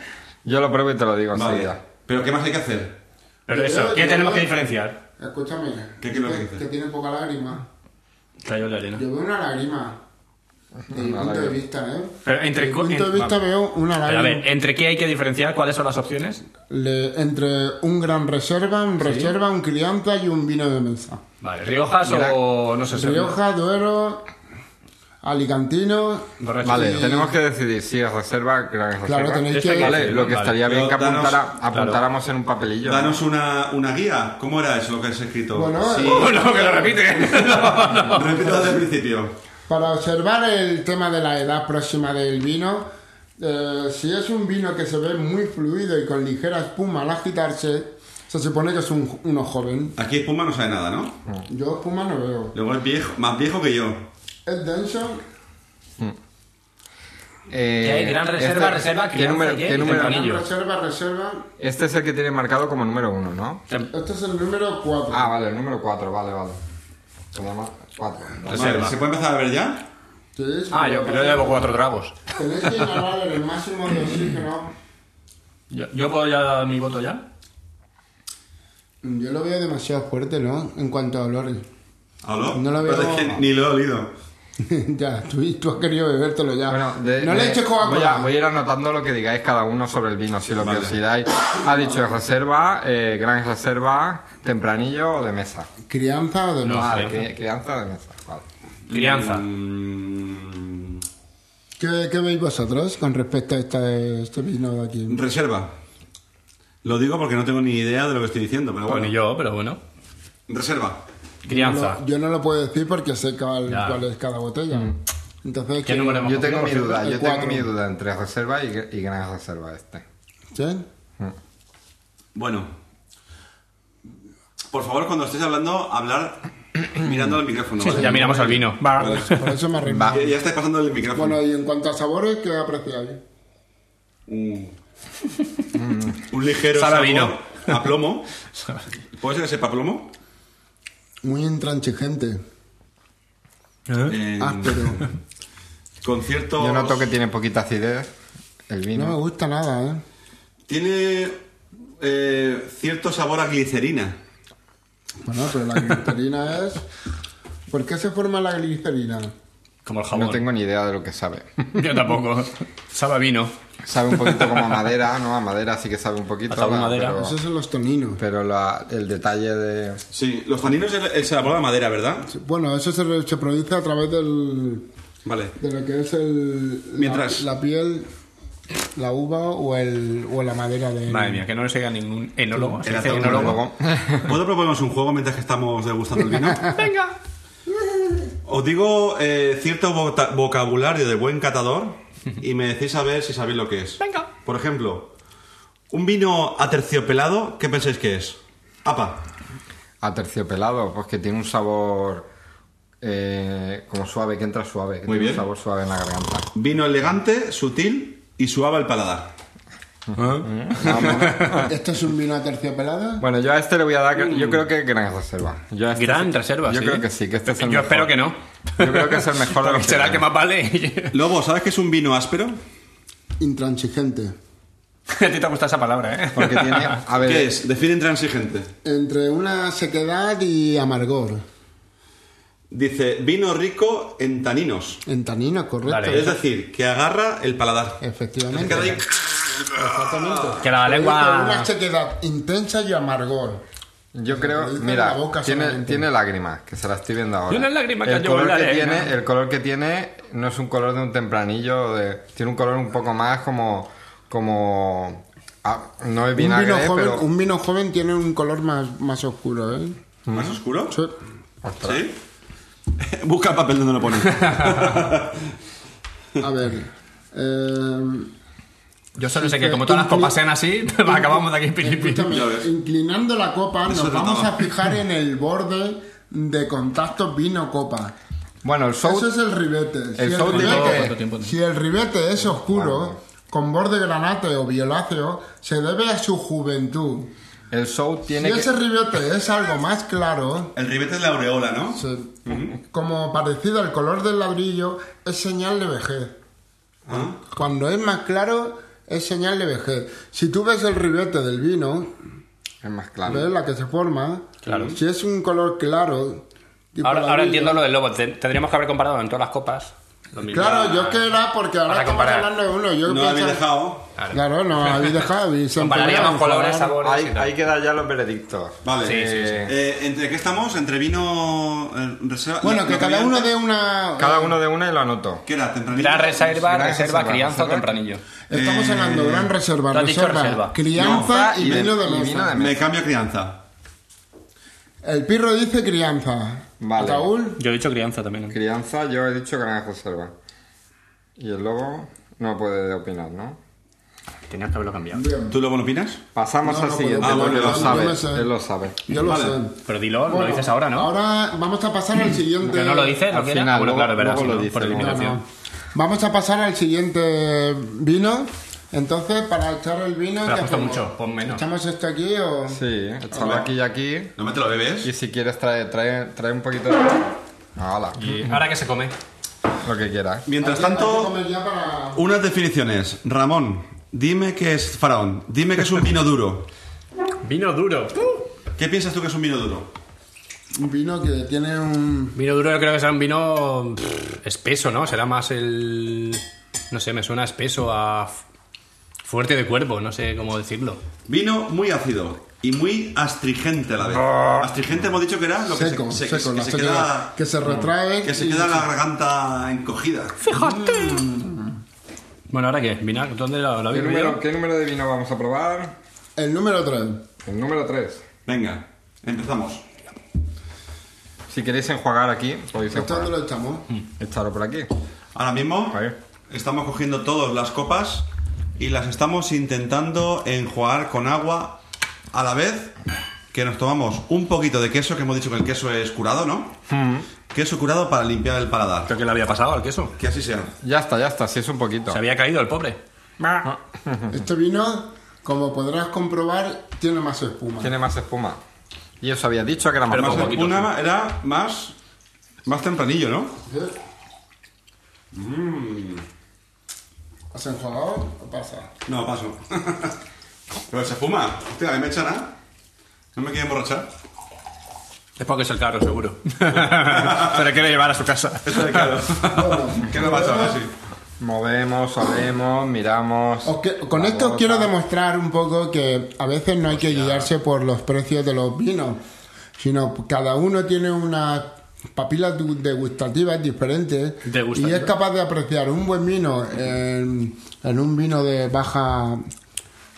[SPEAKER 2] Yo lo pruebo y te lo digo
[SPEAKER 3] Vale.
[SPEAKER 2] enseguida.
[SPEAKER 3] Pero ¿qué más hay que hacer?
[SPEAKER 6] Pero eso, ¿qué tenemos que diferenciar?
[SPEAKER 4] Escúchame.
[SPEAKER 3] ¿Qué quiero
[SPEAKER 4] que-
[SPEAKER 3] decir?
[SPEAKER 4] Que tiene poca lágrima.
[SPEAKER 1] Cayó la arena.
[SPEAKER 4] Yo veo una lágrima. Desde mi
[SPEAKER 2] Una
[SPEAKER 4] punto de
[SPEAKER 2] lágrima.
[SPEAKER 4] vista, ¿eh?
[SPEAKER 1] Pero entre
[SPEAKER 4] Desde
[SPEAKER 1] co-
[SPEAKER 4] mi punto
[SPEAKER 1] en-
[SPEAKER 4] de vista
[SPEAKER 1] vale.
[SPEAKER 4] veo una
[SPEAKER 1] Pero
[SPEAKER 4] lágrima.
[SPEAKER 1] a ver, eh. ¿entre qué hay que diferenciar? ¿Cuáles son las opciones?
[SPEAKER 4] Le- entre un gran reserva, un reserva, un crianza y un vino de mesa.
[SPEAKER 1] Vale, ¿Riojas
[SPEAKER 2] Mira.
[SPEAKER 1] o no sé si
[SPEAKER 4] Rioja, Duero, Alicantino.
[SPEAKER 1] Borracho.
[SPEAKER 2] Vale,
[SPEAKER 4] Sí.
[SPEAKER 2] tenemos que decidir si es reserva, gran reserva.
[SPEAKER 4] Claro, tenéis
[SPEAKER 1] Esto hay
[SPEAKER 4] que.
[SPEAKER 1] que
[SPEAKER 2] Vale, lo que
[SPEAKER 1] Vale.
[SPEAKER 2] estaría bien que
[SPEAKER 3] Pero danos-
[SPEAKER 2] apuntara- apuntáramos en un papelillo. ¿no?
[SPEAKER 3] Danos una, una guía. ¿Cómo era eso lo que has escrito?
[SPEAKER 4] Bueno, eh,
[SPEAKER 6] ¡Oh, no, que lo repite!
[SPEAKER 3] Repito desde el principio.
[SPEAKER 4] para observar el tema de la edad próxima del vino, eh, si es un vino que se ve muy fluido y con ligera espuma al agitarse, se supone que es un, uno joven.
[SPEAKER 3] Aquí Puma no sabe nada, ¿no?
[SPEAKER 4] Yo espuma no veo.
[SPEAKER 3] Luego es viejo, más viejo que yo.
[SPEAKER 4] Es denso,
[SPEAKER 2] Eh, este,
[SPEAKER 1] Que hay gran reserva, reserva,
[SPEAKER 2] ¿qué
[SPEAKER 1] crianza,
[SPEAKER 2] número,
[SPEAKER 1] ¿y
[SPEAKER 2] qué
[SPEAKER 1] qué? Y
[SPEAKER 2] número-
[SPEAKER 1] tempranillo. Yo.
[SPEAKER 4] reserva, reserva.
[SPEAKER 2] Este es el que tiene marcado como número uno, ¿no?
[SPEAKER 4] Este es el número 4.
[SPEAKER 2] Ah, vale, el número 4, vale, vale. Se llama 4.
[SPEAKER 3] Vale, ¿Se puede empezar a ver ya?
[SPEAKER 1] Ah, yo, yo llevo cuatro tragos.
[SPEAKER 4] Tenéis que inhalar el máximo de oxígeno.
[SPEAKER 1] Yo, yo puedo ya dar mi voto ya.
[SPEAKER 4] Yo lo veo demasiado fuerte, ¿no? En cuanto a olores.
[SPEAKER 3] ¿Aló?
[SPEAKER 4] No lo veo.
[SPEAKER 3] Pero es que ni lo he olido.
[SPEAKER 4] ya, tú, tú has querido bebértelo ya.
[SPEAKER 2] Bueno, de-
[SPEAKER 4] no le
[SPEAKER 2] de-
[SPEAKER 4] eches
[SPEAKER 2] voy a,
[SPEAKER 4] Coca-Cola.
[SPEAKER 2] voy a ir anotando lo que digáis cada uno sobre el vino, si lo
[SPEAKER 3] Vale.
[SPEAKER 2] consideráis. Ha dicho reserva, eh, gran reserva, tempranillo o de mesa.
[SPEAKER 4] Crianza o de
[SPEAKER 1] No.
[SPEAKER 2] Vale,
[SPEAKER 1] crianza.
[SPEAKER 2] cri- crianza de mesa. Vale.
[SPEAKER 1] Crianza.
[SPEAKER 3] Mm,
[SPEAKER 4] ¿Qué, qué veis vosotros con respecto a este, este vino de aquí?
[SPEAKER 3] reserva. Lo digo porque no tengo ni idea de lo que estoy diciendo, pero
[SPEAKER 1] Bueno,
[SPEAKER 3] bueno.
[SPEAKER 1] ni yo, pero bueno.
[SPEAKER 3] Reserva.
[SPEAKER 1] Crianza.
[SPEAKER 4] No, yo no lo puedo decir porque sé cuál,
[SPEAKER 1] Ya. Mm.
[SPEAKER 4] cuál es cada botella. Entonces,
[SPEAKER 1] ¿Qué
[SPEAKER 4] que-
[SPEAKER 1] número hemos
[SPEAKER 2] Yo tengo
[SPEAKER 1] cogido,
[SPEAKER 2] mi
[SPEAKER 1] por
[SPEAKER 2] duda,
[SPEAKER 4] cierto?
[SPEAKER 2] yo
[SPEAKER 4] El
[SPEAKER 2] tengo
[SPEAKER 4] cuatro.
[SPEAKER 2] mi duda entre reserva y, y gran reserva este.
[SPEAKER 4] ¿Sí?
[SPEAKER 3] Bueno. Por favor, cuando estés hablando, hablar mirando al micrófono.
[SPEAKER 1] cierto?
[SPEAKER 3] ¿vale?
[SPEAKER 1] Ya miramos al vino. Va.
[SPEAKER 4] Por eso me arrimo.
[SPEAKER 3] Ya, ya estáis pasando el micrófono.
[SPEAKER 4] Bueno, y en cuanto a sabores, ¿qué apreciáis?
[SPEAKER 3] Mm. Un ligero
[SPEAKER 1] Sabe a
[SPEAKER 3] sabor
[SPEAKER 1] vino.
[SPEAKER 3] a plomo. ¿Puede ser que sepa a plomo?
[SPEAKER 4] Muy intransigente,
[SPEAKER 3] Eh,
[SPEAKER 4] áspero.
[SPEAKER 3] con ciertos...
[SPEAKER 2] Ah, Yo noto que tiene poquita acidez el
[SPEAKER 4] No me
[SPEAKER 2] vino.
[SPEAKER 4] gusta nada, ¿eh?
[SPEAKER 3] Tiene eh, cierto sabor a glicerina.
[SPEAKER 4] Bueno, pero la glicerina es... ¿Por qué se forma la glicerina?
[SPEAKER 1] Como el jabón.
[SPEAKER 2] No tengo ni idea de lo que sabe.
[SPEAKER 1] Yo tampoco. Sabe a vino.
[SPEAKER 2] Sabe un poquito como a madera, ¿no? A madera sí que sabe un poquito.
[SPEAKER 1] A sabor
[SPEAKER 2] va,
[SPEAKER 1] madera.
[SPEAKER 2] Pero,
[SPEAKER 4] Esos son los toninos.
[SPEAKER 2] pero la- el detalle de...
[SPEAKER 3] Sí, los taninos es el- el sabor a madera, ¿verdad?
[SPEAKER 4] Bueno, eso se, se produce a través del,
[SPEAKER 3] Vale.
[SPEAKER 4] de lo que es el, la-
[SPEAKER 3] Mientras-
[SPEAKER 4] la, piel, la uva o, el, o la madera de...
[SPEAKER 6] Madre mía, que no le siga ningún enólogo. Se
[SPEAKER 3] Era
[SPEAKER 6] dice
[SPEAKER 3] todo un
[SPEAKER 6] enólogo.
[SPEAKER 3] enólogo. ¿Puedo proponernos un juego mientras que estamos degustando el vino? Venga. Os digo eh, cierto vota- vocabulario de buen catador y me decís a ver si sabéis lo que es. Venga. Por ejemplo, un vino aterciopelado, ¿qué pensáis que es? Apa.
[SPEAKER 2] Aterciopelado, pues que tiene un sabor eh, como suave, que entra suave, que
[SPEAKER 3] Muy
[SPEAKER 2] tiene
[SPEAKER 3] bien.
[SPEAKER 2] un sabor suave en la garganta.
[SPEAKER 3] Vino elegante, sutil y suave al paladar.
[SPEAKER 4] ¿Esto Este es un vino aterciopelado?
[SPEAKER 2] Bueno, yo a este le voy a dar, yo creo que gran reserva. Yo a este
[SPEAKER 1] Gran
[SPEAKER 2] sí que-
[SPEAKER 1] reserva,
[SPEAKER 2] Yo
[SPEAKER 1] sí.
[SPEAKER 2] creo que sí, que este es el
[SPEAKER 6] Yo
[SPEAKER 2] mejor.
[SPEAKER 6] espero que no.
[SPEAKER 2] Yo creo que es el mejor de los
[SPEAKER 6] Porque
[SPEAKER 2] que
[SPEAKER 6] será el
[SPEAKER 2] hay.
[SPEAKER 6] que más vale.
[SPEAKER 3] Lobo, ¿sabes qué es un vino áspero?
[SPEAKER 4] Intransigente.
[SPEAKER 6] A ti te gusta esa palabra, ¿eh?
[SPEAKER 2] Porque tiene. A ver,
[SPEAKER 3] ¿Qué es? Define intransigente.
[SPEAKER 4] Entre una sequedad y amargor.
[SPEAKER 3] Dice, vino rico en taninos.
[SPEAKER 4] En tanino, correcto.
[SPEAKER 1] Vale.
[SPEAKER 3] Es decir, que agarra el paladar. Se
[SPEAKER 4] Efectivamente.
[SPEAKER 3] queda ahí-
[SPEAKER 4] Exactamente.
[SPEAKER 1] Que la
[SPEAKER 4] Pero
[SPEAKER 1] lengua-
[SPEAKER 4] entre Una sequedad intensa y amargor.
[SPEAKER 2] Yo creo,
[SPEAKER 4] Dice
[SPEAKER 2] mira,
[SPEAKER 4] la boca
[SPEAKER 2] tiene,
[SPEAKER 4] solamente.
[SPEAKER 2] tiene lágrimas, que se las estoy viendo ahora.
[SPEAKER 1] Y una lágrima que
[SPEAKER 2] el
[SPEAKER 1] llevo en
[SPEAKER 2] color
[SPEAKER 1] la
[SPEAKER 2] que
[SPEAKER 1] arena.
[SPEAKER 2] tiene, El color que tiene no es un color de un tempranillo, de- tiene un color un poco más como... como ah, no es
[SPEAKER 4] Un
[SPEAKER 2] vinagre,
[SPEAKER 4] vino, joven,
[SPEAKER 2] pero...
[SPEAKER 4] un vino joven tiene un color más, más oscuro, ¿eh?
[SPEAKER 3] ¿Más oscuro?
[SPEAKER 4] Sí.
[SPEAKER 3] ¿Sí? Busca el papel donde lo pone.
[SPEAKER 4] A ver. eh,
[SPEAKER 1] Yo solo sé que como todas las copas sean así, acabamos de aquí piripi.
[SPEAKER 4] escúchame,
[SPEAKER 3] Ya ves.
[SPEAKER 4] inclinando la copa,
[SPEAKER 3] Eso
[SPEAKER 4] nos
[SPEAKER 3] trataba.
[SPEAKER 4] vamos a fijar en el borde de contacto vino-copa.
[SPEAKER 2] Bueno, el show...
[SPEAKER 4] Eso es el ribete.
[SPEAKER 2] el sour de todo, ¿cuánto
[SPEAKER 4] ribete si el ribete es oscuro, con borde granate o violáceo, se debe a su juventud.
[SPEAKER 2] El show
[SPEAKER 4] Si
[SPEAKER 2] tiene que...
[SPEAKER 4] ese ribete es algo más claro,
[SPEAKER 3] El ribete es la aureola, ¿no?
[SPEAKER 4] se- como parecido al color del ladrillo, es señal de vejez.
[SPEAKER 3] Ah.
[SPEAKER 4] Cuando es más claro, es señal de vejez. Si tú ves el ribete del vino,
[SPEAKER 2] Es más claro.
[SPEAKER 4] ¿ves la que se forma? Si es un color claro... tipo
[SPEAKER 6] Ahora, ahora
[SPEAKER 4] ladrillo-
[SPEAKER 6] entiendo lo del lobo. Te- Tendríamos que haber comparado en todas las copas. Lo mismo.
[SPEAKER 4] Claro, yo que era porque ahora
[SPEAKER 6] Para
[SPEAKER 4] estamos
[SPEAKER 6] comparar.
[SPEAKER 4] hablando de uno. Yo
[SPEAKER 3] No lo
[SPEAKER 4] pensaba-
[SPEAKER 3] habéis dejado.
[SPEAKER 4] Claro, no habéis dejado. Y se
[SPEAKER 6] Compararíamos
[SPEAKER 4] empeñaron.
[SPEAKER 6] colores, sabores
[SPEAKER 2] Hay,
[SPEAKER 6] y tal.
[SPEAKER 2] hay que dar ya los veredictos.
[SPEAKER 3] Vale.
[SPEAKER 6] Sí, sí, sí.
[SPEAKER 3] Eh, ¿Entre qué estamos? ¿Entre vino eh, reserva?
[SPEAKER 4] Bueno,
[SPEAKER 3] lo
[SPEAKER 4] que cada
[SPEAKER 3] había
[SPEAKER 4] uno
[SPEAKER 3] antes-
[SPEAKER 4] de una...
[SPEAKER 2] Cada uno de una y lo anoto.
[SPEAKER 3] ¿Qué era? ¿Tempranillo?
[SPEAKER 6] Gran reserva,
[SPEAKER 2] Gran
[SPEAKER 6] reserva,
[SPEAKER 2] reserva,
[SPEAKER 6] crianza o
[SPEAKER 2] reserva.
[SPEAKER 6] tempranillo.
[SPEAKER 4] Estamos
[SPEAKER 3] Eh,
[SPEAKER 4] hablando de gran reserva,
[SPEAKER 6] lo has dicho,
[SPEAKER 4] reserva,
[SPEAKER 6] reserva.
[SPEAKER 4] crianza
[SPEAKER 2] Nonfa
[SPEAKER 4] y,
[SPEAKER 2] de-
[SPEAKER 4] vino de
[SPEAKER 2] y
[SPEAKER 4] mesa.
[SPEAKER 2] vino de mesa.
[SPEAKER 3] Me cambio a crianza.
[SPEAKER 4] El pirro dice crianza.
[SPEAKER 2] Vale.
[SPEAKER 4] Raúl,
[SPEAKER 6] Yo he dicho crianza también.
[SPEAKER 2] Crianza, yo he dicho granja reserva. Y el lobo no puede opinar, ¿no?
[SPEAKER 6] Tenías que haberlo cambiado.
[SPEAKER 3] ¿Tú luego lo opinas?
[SPEAKER 2] Pasamos
[SPEAKER 4] No,
[SPEAKER 2] al
[SPEAKER 4] no
[SPEAKER 2] siguiente,
[SPEAKER 3] puedo
[SPEAKER 2] porque
[SPEAKER 3] opinar.
[SPEAKER 2] lo
[SPEAKER 3] Ah,
[SPEAKER 4] bueno, yo
[SPEAKER 2] sabe.
[SPEAKER 4] lo sé.
[SPEAKER 2] Él lo sabe.
[SPEAKER 4] yo lo
[SPEAKER 3] Vale.
[SPEAKER 4] sé.
[SPEAKER 6] Pero dilo, lo
[SPEAKER 4] Bueno,
[SPEAKER 6] dices ahora, ¿no?
[SPEAKER 4] Ahora vamos a pasar al siguiente.
[SPEAKER 6] Que no lo dices, lo
[SPEAKER 2] Al
[SPEAKER 6] quieres.
[SPEAKER 2] final,
[SPEAKER 6] Bueno,
[SPEAKER 2] luego-
[SPEAKER 6] claro, es verdad,
[SPEAKER 2] luego
[SPEAKER 6] sí,
[SPEAKER 2] lo
[SPEAKER 6] ¿no?
[SPEAKER 2] dice,
[SPEAKER 6] por
[SPEAKER 2] luego.
[SPEAKER 4] No,
[SPEAKER 6] eliminación.
[SPEAKER 4] no. Vamos a pasar al siguiente vino. Entonces, para echar el vino.
[SPEAKER 1] Me la
[SPEAKER 4] ¿qué
[SPEAKER 1] has puesto
[SPEAKER 4] hacemos?
[SPEAKER 1] mucho, pon menos.
[SPEAKER 4] ¿Echamos esto aquí o.?
[SPEAKER 2] Sí, échalo aquí y aquí.
[SPEAKER 3] No me te lo bebes.
[SPEAKER 2] Y si quieres trae, trae, trae un poquito de... Hala,
[SPEAKER 6] Y ahora que se come.
[SPEAKER 2] lo que quieras.
[SPEAKER 3] Mientras
[SPEAKER 4] Hay que
[SPEAKER 3] tanto,
[SPEAKER 4] comer ya para-
[SPEAKER 3] unas definiciones. Ramón, dime qué es faraón. Dime que es un vino duro.
[SPEAKER 1] Vino duro.
[SPEAKER 3] ¿Qué piensas tú que es un vino duro?
[SPEAKER 4] Un vino que tiene un.
[SPEAKER 1] Vino duro yo creo que será un vino pff, espeso, ¿no? Será más el... No sé, me suena espeso a... f- Fuerte de cuerpo, no sé cómo decirlo.
[SPEAKER 3] Vino muy ácido y muy astringente a la vez. Astringente hemos dicho que era lo que se-
[SPEAKER 4] Ah. Seco,
[SPEAKER 3] se,
[SPEAKER 4] seco,
[SPEAKER 3] que
[SPEAKER 4] la
[SPEAKER 3] se
[SPEAKER 4] sequedad,
[SPEAKER 3] queda,
[SPEAKER 4] que se retrae.
[SPEAKER 3] que se
[SPEAKER 4] y-
[SPEAKER 3] queda la garganta encogida.
[SPEAKER 1] Bueno, ¿ahora qué? ¿Vino? ¿Dónde lo, lo
[SPEAKER 2] ¿Qué
[SPEAKER 1] habéis
[SPEAKER 2] número,
[SPEAKER 1] bebido?
[SPEAKER 2] ¿Qué número de vino vamos a probar?
[SPEAKER 4] El número 3.
[SPEAKER 2] El número 3.
[SPEAKER 3] Venga, empezamos.
[SPEAKER 2] Si queréis enjuagar aquí, podéis
[SPEAKER 4] ¿Esto dónde
[SPEAKER 2] enjuagar.
[SPEAKER 4] lo echamos?
[SPEAKER 2] Echarlo por aquí.
[SPEAKER 3] Ahora mismo
[SPEAKER 2] A ver.
[SPEAKER 3] estamos cogiendo todas las copas y las estamos intentando enjuagar con agua a la vez que nos tomamos un poquito de queso, que hemos dicho que el queso es curado, ¿no?
[SPEAKER 2] Mm.
[SPEAKER 3] Queso curado para limpiar el paladar.
[SPEAKER 6] Creo que le había pasado al queso.
[SPEAKER 3] Que así sea.
[SPEAKER 2] Ya está, ya está, si es un poquito.
[SPEAKER 6] Se había caído el pobre.
[SPEAKER 4] Este vino, como podrás comprobar, tiene más espuma.
[SPEAKER 2] Tiene más espuma. Y os había dicho que era más
[SPEAKER 6] Pero
[SPEAKER 3] Más
[SPEAKER 2] espuma.
[SPEAKER 6] poco. poquito,
[SPEAKER 3] una era más, más tempranillo, ¿no?
[SPEAKER 4] ¿Eh? Mm. ¿Has enjuagado o pasa?
[SPEAKER 3] No, paso. Pero se fuma. Hostia, ahí me echan, ¿ah? No me quiero emborrachar.
[SPEAKER 6] Es porque es el caro, seguro. Se le quiere llevar a su casa.
[SPEAKER 3] Eso de claro. ¿Qué me pasa ahora sí?
[SPEAKER 2] Movemos, olemos, miramos.
[SPEAKER 4] Os que- con
[SPEAKER 2] La
[SPEAKER 4] esto
[SPEAKER 2] boca.
[SPEAKER 4] quiero demostrar un poco que a veces no hay que guiarse por los precios de los vinos, sino cada uno tiene unas papilas du- degustativas diferentes
[SPEAKER 1] Degustativas.
[SPEAKER 4] y es capaz de apreciar un buen vino en, en un vino de baja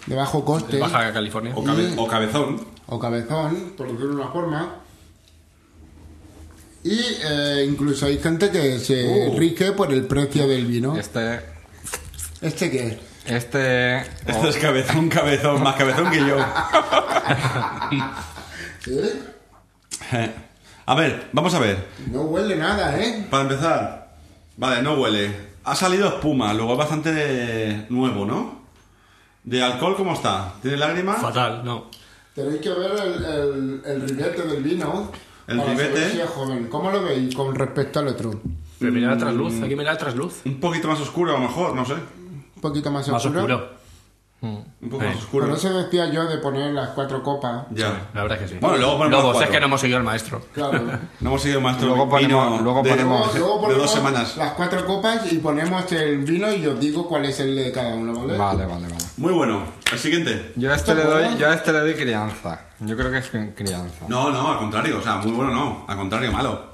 [SPEAKER 4] de bajo coste
[SPEAKER 1] Baja California.
[SPEAKER 3] O, cabe- o cabezón.
[SPEAKER 4] o cabezón, por decirlo de una forma. Y eh, incluso hay gente que se enrique por el precio del vino.
[SPEAKER 2] Este,
[SPEAKER 4] ¿Este qué es?
[SPEAKER 2] este,
[SPEAKER 3] Esto es cabezón, cabezón, más cabezón que yo.
[SPEAKER 4] ¿Eh?
[SPEAKER 3] Eh, A ver, vamos a ver.
[SPEAKER 4] No huele nada, ¿eh?
[SPEAKER 3] Para empezar. Vale, no huele. Ha salido espuma, luego es bastante nuevo, ¿no? ¿De alcohol cómo está? ¿Tiene lágrimas?
[SPEAKER 1] Oh, Fatal, no.
[SPEAKER 4] Tenéis que ver el, el, el ribete del vino.
[SPEAKER 3] El
[SPEAKER 4] para saber
[SPEAKER 3] ribete.
[SPEAKER 4] si es joven. ¿Cómo lo veis con respecto al otro? Un
[SPEAKER 1] Pero mira la trasluz, aquí mira la trasluz.
[SPEAKER 3] Un poquito más oscuro a lo mejor, no sé.
[SPEAKER 4] poquito más
[SPEAKER 1] Más
[SPEAKER 4] oscuro.
[SPEAKER 1] oscuro.
[SPEAKER 3] Un poco
[SPEAKER 1] Sí.
[SPEAKER 3] más oscuro.
[SPEAKER 4] Por eso decía yo de poner las cuatro copas.
[SPEAKER 3] Ya.
[SPEAKER 1] La verdad es que sí.
[SPEAKER 3] Bueno, luego ponemos
[SPEAKER 1] Lobos,
[SPEAKER 3] cuatro.
[SPEAKER 1] es que no hemos seguido al maestro.
[SPEAKER 4] Claro.
[SPEAKER 3] No hemos seguido más
[SPEAKER 2] Luego ponemos- luego ponemos-
[SPEAKER 3] de,
[SPEAKER 4] Luego ponemos
[SPEAKER 3] dos semanas.
[SPEAKER 4] las cuatro copas y ponemos el vino y os digo cuál es el de cada uno, ¿vale?
[SPEAKER 2] Vale, vale, vale.
[SPEAKER 3] Muy bueno. El siguiente.
[SPEAKER 2] Yo a este le doy, yo a este le doy crianza. Yo creo que es cri- crianza.
[SPEAKER 3] No, no, al contrario. O sea, muy bueno no. Al contrario, malo.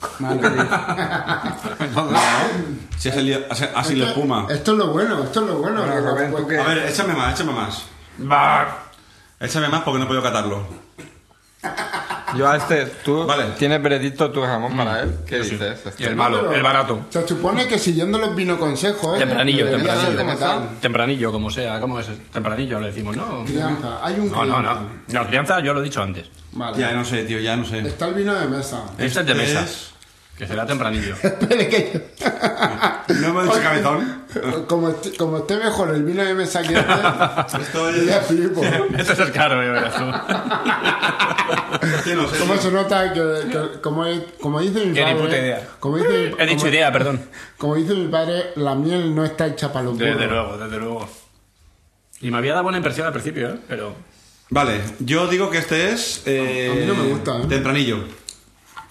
[SPEAKER 3] Si ha salido, ha ha sido
[SPEAKER 4] Esto-
[SPEAKER 3] espuma.
[SPEAKER 4] Esto es lo bueno, esto es lo bueno. pues,
[SPEAKER 2] Bueno,
[SPEAKER 4] que
[SPEAKER 2] Rubén,
[SPEAKER 4] las
[SPEAKER 2] ¿tú qué?
[SPEAKER 3] A ver, échame más, échame más. Échame más porque no puedo catarlo.
[SPEAKER 2] Yo a este, tú
[SPEAKER 3] Vale.
[SPEAKER 2] tienes veredicto tu jamón para él. ¿Qué dices?
[SPEAKER 1] Y el malo, el barato.
[SPEAKER 4] Se supone que siguiendo los vino consejos. ¿eh?
[SPEAKER 1] Tempranillo,
[SPEAKER 4] debería ser
[SPEAKER 1] tempranillo.
[SPEAKER 4] como tal.
[SPEAKER 1] Tempranillo, como sea. ¿Cómo es? Tempranillo le decimos, ¿no?
[SPEAKER 4] Crianza, hay un
[SPEAKER 1] No, no,
[SPEAKER 4] crianza.
[SPEAKER 1] no. La crianza yo lo he dicho antes.
[SPEAKER 4] Vale.
[SPEAKER 3] Ya no sé, tío, ya no sé.
[SPEAKER 4] Está el vino de mesa.
[SPEAKER 1] Este es de
[SPEAKER 3] Este
[SPEAKER 1] mesa.
[SPEAKER 3] es-
[SPEAKER 1] Que será tempranillo.
[SPEAKER 4] Espere que
[SPEAKER 3] No me ha dicho cabezón.
[SPEAKER 4] yo- como, est- como esté mejor el vino de mesa que este,
[SPEAKER 3] Esto
[SPEAKER 4] ya
[SPEAKER 3] es.
[SPEAKER 4] flipo.
[SPEAKER 1] este es el caro, ya verás tú.
[SPEAKER 3] Sí, no sé.
[SPEAKER 4] Cómo se nota que, que- como, como dice mi
[SPEAKER 6] Que ni
[SPEAKER 4] padre...
[SPEAKER 6] puta idea.
[SPEAKER 4] Como dice,
[SPEAKER 1] He dicho
[SPEAKER 4] como-
[SPEAKER 1] idea, perdón.
[SPEAKER 4] Como dice mi padre, la miel no está hecha para los
[SPEAKER 1] Desde
[SPEAKER 4] burros.
[SPEAKER 1] luego, desde luego. Y me había dado buena impresión al principio, ¿eh? Pero.
[SPEAKER 3] Vale, yo digo que este es. eh,
[SPEAKER 4] A mí no me gusta, ¿eh?
[SPEAKER 3] Tempranillo.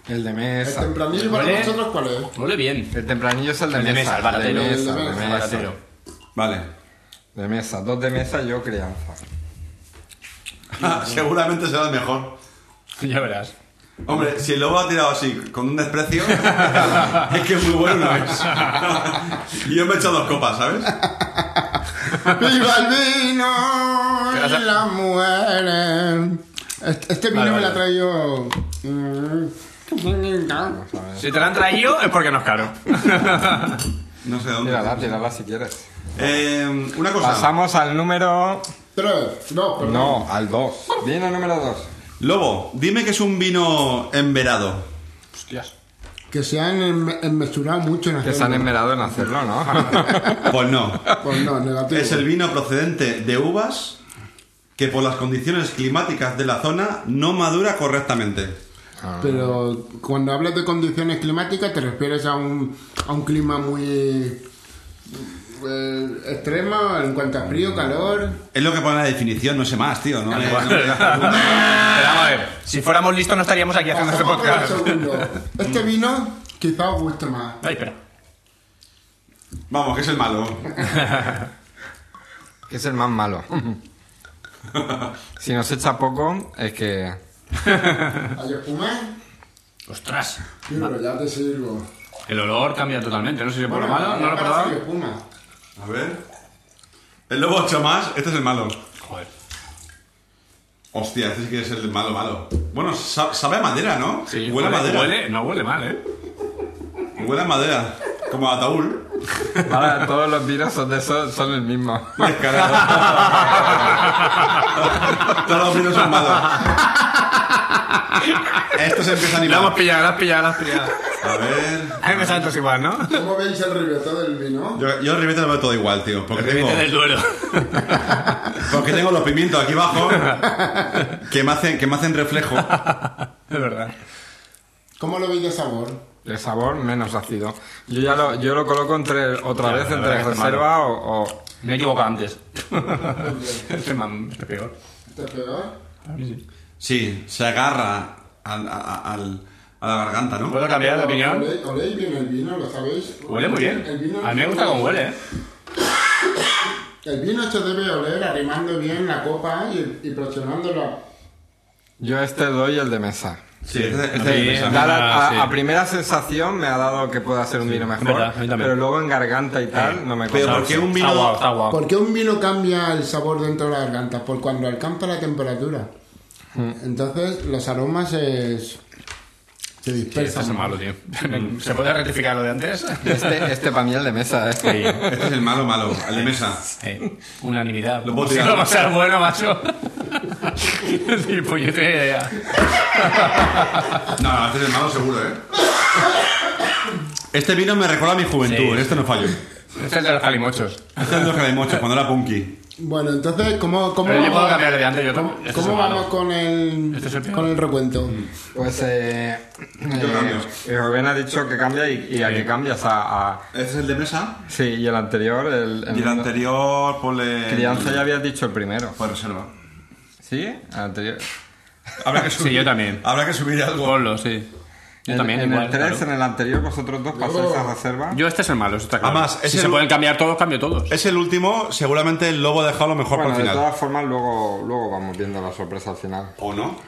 [SPEAKER 2] El de
[SPEAKER 4] ¿El
[SPEAKER 2] mesa.
[SPEAKER 4] tempranillo para
[SPEAKER 1] Vale.
[SPEAKER 4] nosotros cuál es?
[SPEAKER 1] Huele bien.
[SPEAKER 2] El tempranillo es el de,
[SPEAKER 1] El de mesa, el baratero.
[SPEAKER 2] De mesa,
[SPEAKER 4] El de
[SPEAKER 2] de
[SPEAKER 4] mesa,
[SPEAKER 2] mesa.
[SPEAKER 1] Baratero.
[SPEAKER 3] Vale.
[SPEAKER 2] De mesa. Dos de mesa, yo crianza.
[SPEAKER 3] Seguramente será el mejor.
[SPEAKER 1] Ya verás.
[SPEAKER 3] Hombre, si el lobo ha tirado así, con un desprecio, es que es muy bueno no es. Y yo me he echado dos copas, ¿sabes?
[SPEAKER 4] ¡Viva el vino y las mujeres! Este, este vino
[SPEAKER 3] Vale,
[SPEAKER 4] me
[SPEAKER 3] vale.
[SPEAKER 4] lo ha traído... mm,
[SPEAKER 6] Si te lo han traído es porque no es caro.
[SPEAKER 3] No sé dónde.
[SPEAKER 2] Tírala, tírala si quieres.
[SPEAKER 3] Eh, una cosa.
[SPEAKER 2] Pasamos al número...
[SPEAKER 4] Tres, no, perdón.
[SPEAKER 2] No, al 2. Vino número 2.
[SPEAKER 3] Lobo, dime que es un vino enverado.
[SPEAKER 4] Que se han enme- enmesurado mucho en
[SPEAKER 2] Que
[SPEAKER 4] aquel
[SPEAKER 2] se
[SPEAKER 1] em-
[SPEAKER 2] han enmerado en hacerlo, ¿no?
[SPEAKER 3] Pues no.
[SPEAKER 4] Pues no, negativo.
[SPEAKER 3] Es el vino procedente de uvas que por las condiciones climáticas de la zona no madura correctamente.
[SPEAKER 1] Ah.
[SPEAKER 4] Pero cuando hablas de condiciones climáticas te refieres a un, a un clima muy eh, extremo en cuanto a frío, calor.
[SPEAKER 3] Es lo que pone la definición, no sé más, tío. No me- no me-
[SPEAKER 6] Pero vamos a ver, si fuéramos listos no estaríamos aquí haciendo este
[SPEAKER 4] Ojo, ojo,
[SPEAKER 6] podcast.
[SPEAKER 4] un segundo. Este vino quizá os guste más.
[SPEAKER 1] Ay, espera.
[SPEAKER 3] Vamos, que es el malo.
[SPEAKER 2] es el más malo. Si nos echa poco, es que...
[SPEAKER 4] ¿Hay espuma?
[SPEAKER 1] Ah. Ostras.
[SPEAKER 4] Sí, pero ya te sirvo.
[SPEAKER 1] El olor cambia totalmente. No sé si por lo
[SPEAKER 4] Bueno,
[SPEAKER 1] malo, no lo he
[SPEAKER 4] ahora
[SPEAKER 1] probado.
[SPEAKER 4] sí, espuma.
[SPEAKER 3] A ver. El lobo 8 más, este es el malo.
[SPEAKER 1] Joder.
[SPEAKER 3] Hostia, este sí que es el malo, malo. Bueno, sa- sabe a madera, ¿no?
[SPEAKER 1] Sí,
[SPEAKER 3] huele a madera.
[SPEAKER 1] huele- no huele mal, ¿eh?
[SPEAKER 3] Huele a madera. Como a ataúd.
[SPEAKER 2] Ahora todos los vinos son de esos, son el mismo.
[SPEAKER 3] Pues, Todos los vinos son malos. Estos empiezan
[SPEAKER 6] La hemos
[SPEAKER 3] igual.
[SPEAKER 6] pillado, la has pillado, la has pillado.
[SPEAKER 3] A ver.
[SPEAKER 6] A mí me salen todos igual, ¿no?
[SPEAKER 4] ¿Cómo veis el ribetón del vino?
[SPEAKER 3] Yo, yo el ribete lo veo todo igual, tío. Porque tengo,
[SPEAKER 1] Vete del duelo.
[SPEAKER 3] porque tengo los pimientos aquí abajo que me hacen, que me hacen reflejo.
[SPEAKER 6] Es verdad.
[SPEAKER 4] ¿Cómo lo veis de sabor?
[SPEAKER 2] El sabor menos ácido. Yo ya lo, yo lo coloco entre otra
[SPEAKER 1] Ya,
[SPEAKER 2] vez
[SPEAKER 1] la verdad
[SPEAKER 2] entre
[SPEAKER 1] que es
[SPEAKER 2] reserva o, o-
[SPEAKER 1] Me he equivocado antes. este man, este peor.
[SPEAKER 4] ¿Este es peor?
[SPEAKER 3] Sí, se agarra al, a, al- a la garganta, ¿no?
[SPEAKER 1] ¿Puedo cambiar de opinión?
[SPEAKER 4] ¿Olé- ¿Oléis bien el vino? ¿Lo sabéis?
[SPEAKER 1] Huele muy bien.
[SPEAKER 4] El vino-
[SPEAKER 1] A mí me gusta cómo huele, ¿eh?
[SPEAKER 4] El vino se debe oler arrimando bien la copa y, y presionándola.
[SPEAKER 2] Yo este doy el de mesa.
[SPEAKER 3] Sí, este-
[SPEAKER 1] no
[SPEAKER 3] este es
[SPEAKER 1] tiene
[SPEAKER 3] el
[SPEAKER 1] esa-
[SPEAKER 3] mensaje.
[SPEAKER 2] Da la- a,
[SPEAKER 1] sí.
[SPEAKER 2] a primera sensación me ha dado que pueda ser un vino mejor,
[SPEAKER 1] verdad, a mí también. Eh,
[SPEAKER 2] pero luego en garganta y tal no me
[SPEAKER 3] Pero
[SPEAKER 2] consta.
[SPEAKER 3] ¿por qué un vino...?
[SPEAKER 1] Está guau, está guau.
[SPEAKER 4] ¿Por qué un vino cambia el sabor dentro de la garganta? Por cuando alcanza la temperatura.
[SPEAKER 1] Hmm.
[SPEAKER 4] Entonces los aromas se, se
[SPEAKER 1] Sí, este es
[SPEAKER 4] dispersan.
[SPEAKER 1] malo, tío. ¿Se puede rectificar lo de antes?
[SPEAKER 2] Este, este para mí el de mesa, ¿eh?
[SPEAKER 1] Sí.
[SPEAKER 3] Este es el malo, malo, el de mesa.
[SPEAKER 1] Eh, unanimidad.
[SPEAKER 3] Lo puedo
[SPEAKER 1] Si
[SPEAKER 3] tirar.
[SPEAKER 1] no va a ser bueno, macho. sí, puñetera idea.
[SPEAKER 3] No, no, este es el malo seguro, ¿eh? Este vino me recuerda a mi juventud,
[SPEAKER 1] Sí.
[SPEAKER 3] este no fallo.
[SPEAKER 1] Este es de los calimochos.
[SPEAKER 3] Este es de los calimochos, cuando era punky.
[SPEAKER 4] Bueno, entonces, ¿cómo, cómo,
[SPEAKER 1] Pero yo puedo
[SPEAKER 4] vamos-
[SPEAKER 1] cambiar de antes, yo
[SPEAKER 4] cómo-
[SPEAKER 1] también. Este
[SPEAKER 4] cómo
[SPEAKER 1] es el
[SPEAKER 4] vamos
[SPEAKER 1] malo.
[SPEAKER 4] con el,
[SPEAKER 1] Este es el peor. Hmm.
[SPEAKER 4] con el recuento?
[SPEAKER 2] Pues eh,
[SPEAKER 3] cambio.
[SPEAKER 2] eh, Rubén ha dicho que cambia y, y a qué cambias a, a-
[SPEAKER 3] Este es el de mesa.
[SPEAKER 2] Sí, y el anterior, el,
[SPEAKER 3] Y el anterior, ponle.
[SPEAKER 2] crianza ya habías dicho el primero.
[SPEAKER 3] Por reserva.
[SPEAKER 2] ¿Sí? El anterior.
[SPEAKER 3] Habrá que subir.
[SPEAKER 1] Sí, yo también.
[SPEAKER 3] Habrá que subir algo.
[SPEAKER 1] Ponlo, sí. Yo
[SPEAKER 2] En-
[SPEAKER 1] también,
[SPEAKER 2] en
[SPEAKER 1] igual,
[SPEAKER 2] el 3,
[SPEAKER 1] claro.
[SPEAKER 2] en el anterior, vosotros dos pasáis a reserva.
[SPEAKER 1] Yo este es el malo, eso está claro.
[SPEAKER 3] Además, es
[SPEAKER 1] si
[SPEAKER 3] el-
[SPEAKER 1] se pueden cambiar todos, cambio todos.
[SPEAKER 3] Es el último, seguramente el lobo ha dejado lo mejor
[SPEAKER 2] bueno,
[SPEAKER 3] para
[SPEAKER 2] de
[SPEAKER 3] el final.
[SPEAKER 2] todas formas, luego, luego vamos viendo la sorpresa al final.
[SPEAKER 3] ¿O no?